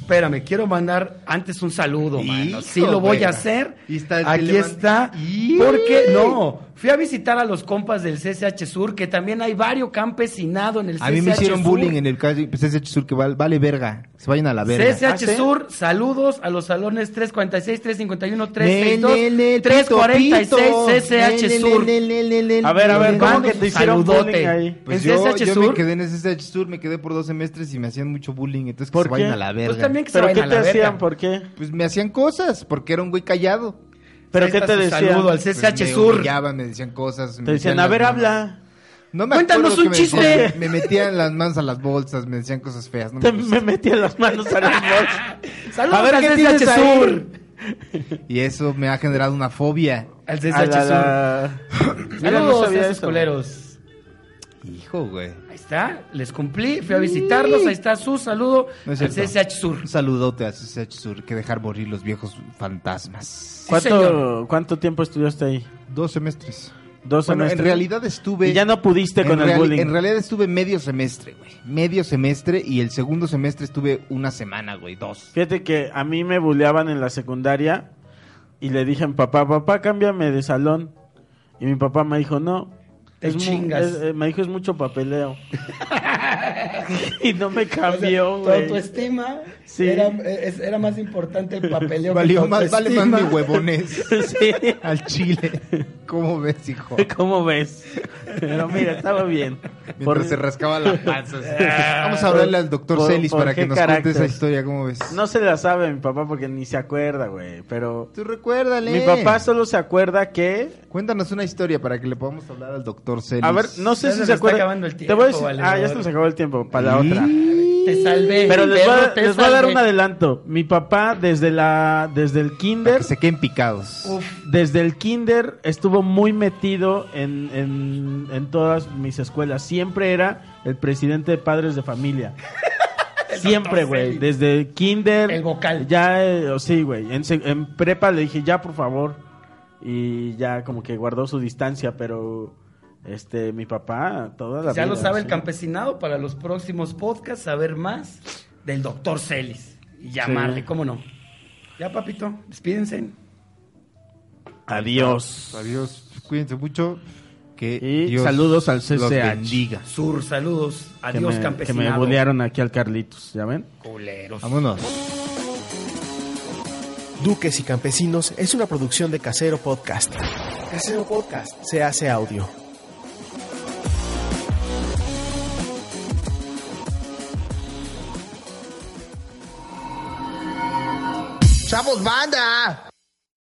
[SPEAKER 4] espérame, quiero mandar antes un saludo, mano.
[SPEAKER 1] Hijo,
[SPEAKER 4] Sí lo voy
[SPEAKER 1] güey.
[SPEAKER 4] a hacer.
[SPEAKER 1] Y está el que
[SPEAKER 4] Aquí
[SPEAKER 1] le manda-
[SPEAKER 4] está.
[SPEAKER 1] ¡Y!
[SPEAKER 4] Porque no, fui a visitar a los compas del CCH Sur, que también hay varios campesinado en el CCH
[SPEAKER 1] A mí me hicieron
[SPEAKER 4] Sur.
[SPEAKER 1] bullying en el calle pues, CCH Sur que val- vale verga. Se vayan a la verga.
[SPEAKER 4] CCH
[SPEAKER 5] ¿Ah, sí?
[SPEAKER 4] Sur, saludos a los salones 346, 351,
[SPEAKER 1] Nel, nel, nel,
[SPEAKER 4] 362,
[SPEAKER 1] pito,
[SPEAKER 4] 346
[SPEAKER 1] pito.
[SPEAKER 4] CCH
[SPEAKER 1] Nel,
[SPEAKER 4] Sur.
[SPEAKER 1] nel, nel, nel, nel,
[SPEAKER 5] A ver, a
[SPEAKER 1] nel,
[SPEAKER 5] ver,
[SPEAKER 1] nel,
[SPEAKER 5] ¿cómo
[SPEAKER 1] nel.
[SPEAKER 5] que te hicieron
[SPEAKER 4] Saludote.
[SPEAKER 5] bullying ahí?
[SPEAKER 1] Pues
[SPEAKER 4] ¿En
[SPEAKER 1] yo,
[SPEAKER 4] CCH
[SPEAKER 1] yo
[SPEAKER 4] Sur?
[SPEAKER 1] me quedé en ese CCH Sur, me quedé por dos semestres y me hacían mucho bullying, entonces que
[SPEAKER 5] ¿Por
[SPEAKER 1] se vayan
[SPEAKER 5] qué?
[SPEAKER 1] a la
[SPEAKER 5] Pues
[SPEAKER 1] verga.
[SPEAKER 4] Pues también que se
[SPEAKER 5] ¿Pero
[SPEAKER 4] vayan
[SPEAKER 5] qué
[SPEAKER 4] a
[SPEAKER 5] te
[SPEAKER 4] la verga.
[SPEAKER 5] hacían? ¿Por qué?
[SPEAKER 1] Pues me hacían cosas, porque era un güey callado.
[SPEAKER 5] ¿Pero
[SPEAKER 4] Ahí
[SPEAKER 5] qué
[SPEAKER 4] está
[SPEAKER 5] te
[SPEAKER 4] su
[SPEAKER 5] decían?
[SPEAKER 4] Saludo al
[SPEAKER 1] Pues
[SPEAKER 4] CCH
[SPEAKER 1] me
[SPEAKER 4] Sur.
[SPEAKER 1] humillaban, me decían cosas. me
[SPEAKER 5] Te decían,
[SPEAKER 1] metían
[SPEAKER 5] a ver,
[SPEAKER 1] las manos.
[SPEAKER 5] habla.
[SPEAKER 1] No me
[SPEAKER 4] Cuéntanos
[SPEAKER 1] acuerdo que
[SPEAKER 4] un
[SPEAKER 1] me decían.
[SPEAKER 4] chiste.
[SPEAKER 1] Me metían las manos a las bolsas, me decían cosas feas. no me
[SPEAKER 5] Te-
[SPEAKER 1] gusta.
[SPEAKER 5] me metí en las manos a las bolsas.
[SPEAKER 4] Saludos
[SPEAKER 5] A ver,
[SPEAKER 4] al
[SPEAKER 5] ¿qué
[SPEAKER 4] CCH
[SPEAKER 5] tienes ahí?
[SPEAKER 4] Sur.
[SPEAKER 1] Y eso me ha generado una fobia.
[SPEAKER 4] Al CCH
[SPEAKER 5] A la-
[SPEAKER 4] Sur.
[SPEAKER 5] la- Mira, no
[SPEAKER 4] Saludos
[SPEAKER 5] sabía
[SPEAKER 4] a esos
[SPEAKER 5] eso.
[SPEAKER 4] coleros.
[SPEAKER 1] Hijo, güey.
[SPEAKER 4] Ahí está, les cumplí, fui a visitarlos, ahí está su saludo
[SPEAKER 1] No es
[SPEAKER 4] al
[SPEAKER 1] cierto.
[SPEAKER 4] CSH Sur.
[SPEAKER 1] Un saludote a CCH Sur, que dejar morir los viejos fantasmas.
[SPEAKER 5] ¿Cuánto,
[SPEAKER 4] señor.
[SPEAKER 5] ¿Cuánto tiempo estudiaste ahí?
[SPEAKER 1] Dos semestres.
[SPEAKER 5] Dos
[SPEAKER 1] Bueno, en
[SPEAKER 5] semestres.
[SPEAKER 1] realidad estuve...
[SPEAKER 5] Y ya no pudiste
[SPEAKER 1] en
[SPEAKER 5] con el
[SPEAKER 1] reali-
[SPEAKER 5] bullying.
[SPEAKER 1] En realidad estuve medio semestre, güey. Medio semestre y el segundo semestre estuve una semana, güey. Dos.
[SPEAKER 5] Fíjate que a mí me buleaban en la secundaria y le dije a mi papá, papá, cámbiame de salón. Y mi papá me dijo, no.
[SPEAKER 4] Te
[SPEAKER 5] mu-
[SPEAKER 4] chingas.
[SPEAKER 5] es- eh, me dijo, es mucho papeleo. y no me
[SPEAKER 4] O sea,
[SPEAKER 5] cambió,
[SPEAKER 4] tu
[SPEAKER 5] güey.
[SPEAKER 4] autoestima
[SPEAKER 5] Sí.
[SPEAKER 4] era, es- era más importante el papeleo que
[SPEAKER 1] Valió
[SPEAKER 4] tu
[SPEAKER 1] más, vale más
[SPEAKER 4] autoestima.
[SPEAKER 1] mi huevones
[SPEAKER 5] Sí.
[SPEAKER 1] al chile. ¿Cómo ves, hijo?
[SPEAKER 5] ¿Cómo ves? Pero mira, estaba bien.
[SPEAKER 1] Mientras
[SPEAKER 5] Por-
[SPEAKER 1] se rascaba la panza. así. Vamos a hablarle al doctor
[SPEAKER 5] ¿Por-
[SPEAKER 1] Celis
[SPEAKER 5] por
[SPEAKER 1] para
[SPEAKER 5] qué
[SPEAKER 1] que nos
[SPEAKER 5] carácter?
[SPEAKER 1] cuente esa historia, ¿cómo ves?
[SPEAKER 5] No se la sabe mi papá porque ni se acuerda, güey. Pero
[SPEAKER 1] Tú recuérdale.
[SPEAKER 5] mi papá solo se acuerda que
[SPEAKER 1] Cuéntanos una historia para que le podamos hablar al doctor Celis.
[SPEAKER 5] A ver, no sé
[SPEAKER 4] Ya se
[SPEAKER 5] si
[SPEAKER 4] nos
[SPEAKER 5] se,
[SPEAKER 4] está
[SPEAKER 5] acuerdan.
[SPEAKER 4] acabando el
[SPEAKER 5] te
[SPEAKER 4] tiempo,
[SPEAKER 5] voy a decir, ah,
[SPEAKER 4] valedor.
[SPEAKER 5] ya se nos acabó el tiempo para la otra.
[SPEAKER 4] Te salvé.
[SPEAKER 5] Pero les voy,
[SPEAKER 4] perro,
[SPEAKER 5] a,
[SPEAKER 4] te
[SPEAKER 5] les voy a dar
[SPEAKER 4] salvé.
[SPEAKER 5] un adelanto. Mi papá desde la desde el
[SPEAKER 1] Para que
[SPEAKER 5] kinder,
[SPEAKER 1] se queden picados.
[SPEAKER 5] uf, desde el kinder estuvo muy metido en, en, en todas mis escuelas. Siempre era el presidente de padres de familia. Siempre,
[SPEAKER 4] doctor
[SPEAKER 5] güey.
[SPEAKER 4] Félix.
[SPEAKER 5] Desde el kinder.
[SPEAKER 4] El vocal.
[SPEAKER 5] Ya, eh, oh, sí, güey. En, sec- en prepa le dije, ya, por favor. Y ya como que guardó su distancia, pero... Este, mi papá, toda la
[SPEAKER 4] Ya lo
[SPEAKER 5] vida,
[SPEAKER 4] sabe el
[SPEAKER 5] sí.
[SPEAKER 4] campesinado para los próximos podcasts, saber más del doctor Celis. Y llamarle,
[SPEAKER 5] Sí.
[SPEAKER 4] ¿cómo no? Ya, papito, despídense.
[SPEAKER 5] Adiós.
[SPEAKER 1] Adiós. Cuídense mucho. Que
[SPEAKER 5] Y
[SPEAKER 1] Dios
[SPEAKER 5] saludos al
[SPEAKER 1] Los
[SPEAKER 5] CCH.
[SPEAKER 1] bendiga.
[SPEAKER 4] Sur, saludos.
[SPEAKER 5] Que
[SPEAKER 4] Adiós,
[SPEAKER 5] me- Que me
[SPEAKER 4] campesinado.
[SPEAKER 5] bolearon aquí al Carlitos, ¿ya ven?
[SPEAKER 4] Culeros.
[SPEAKER 1] Vámonos.
[SPEAKER 8] Duques y Campesinos es una producción de Casero Podcast. Casero Podcast se hace audio.
[SPEAKER 3] ¡Chavos, banda!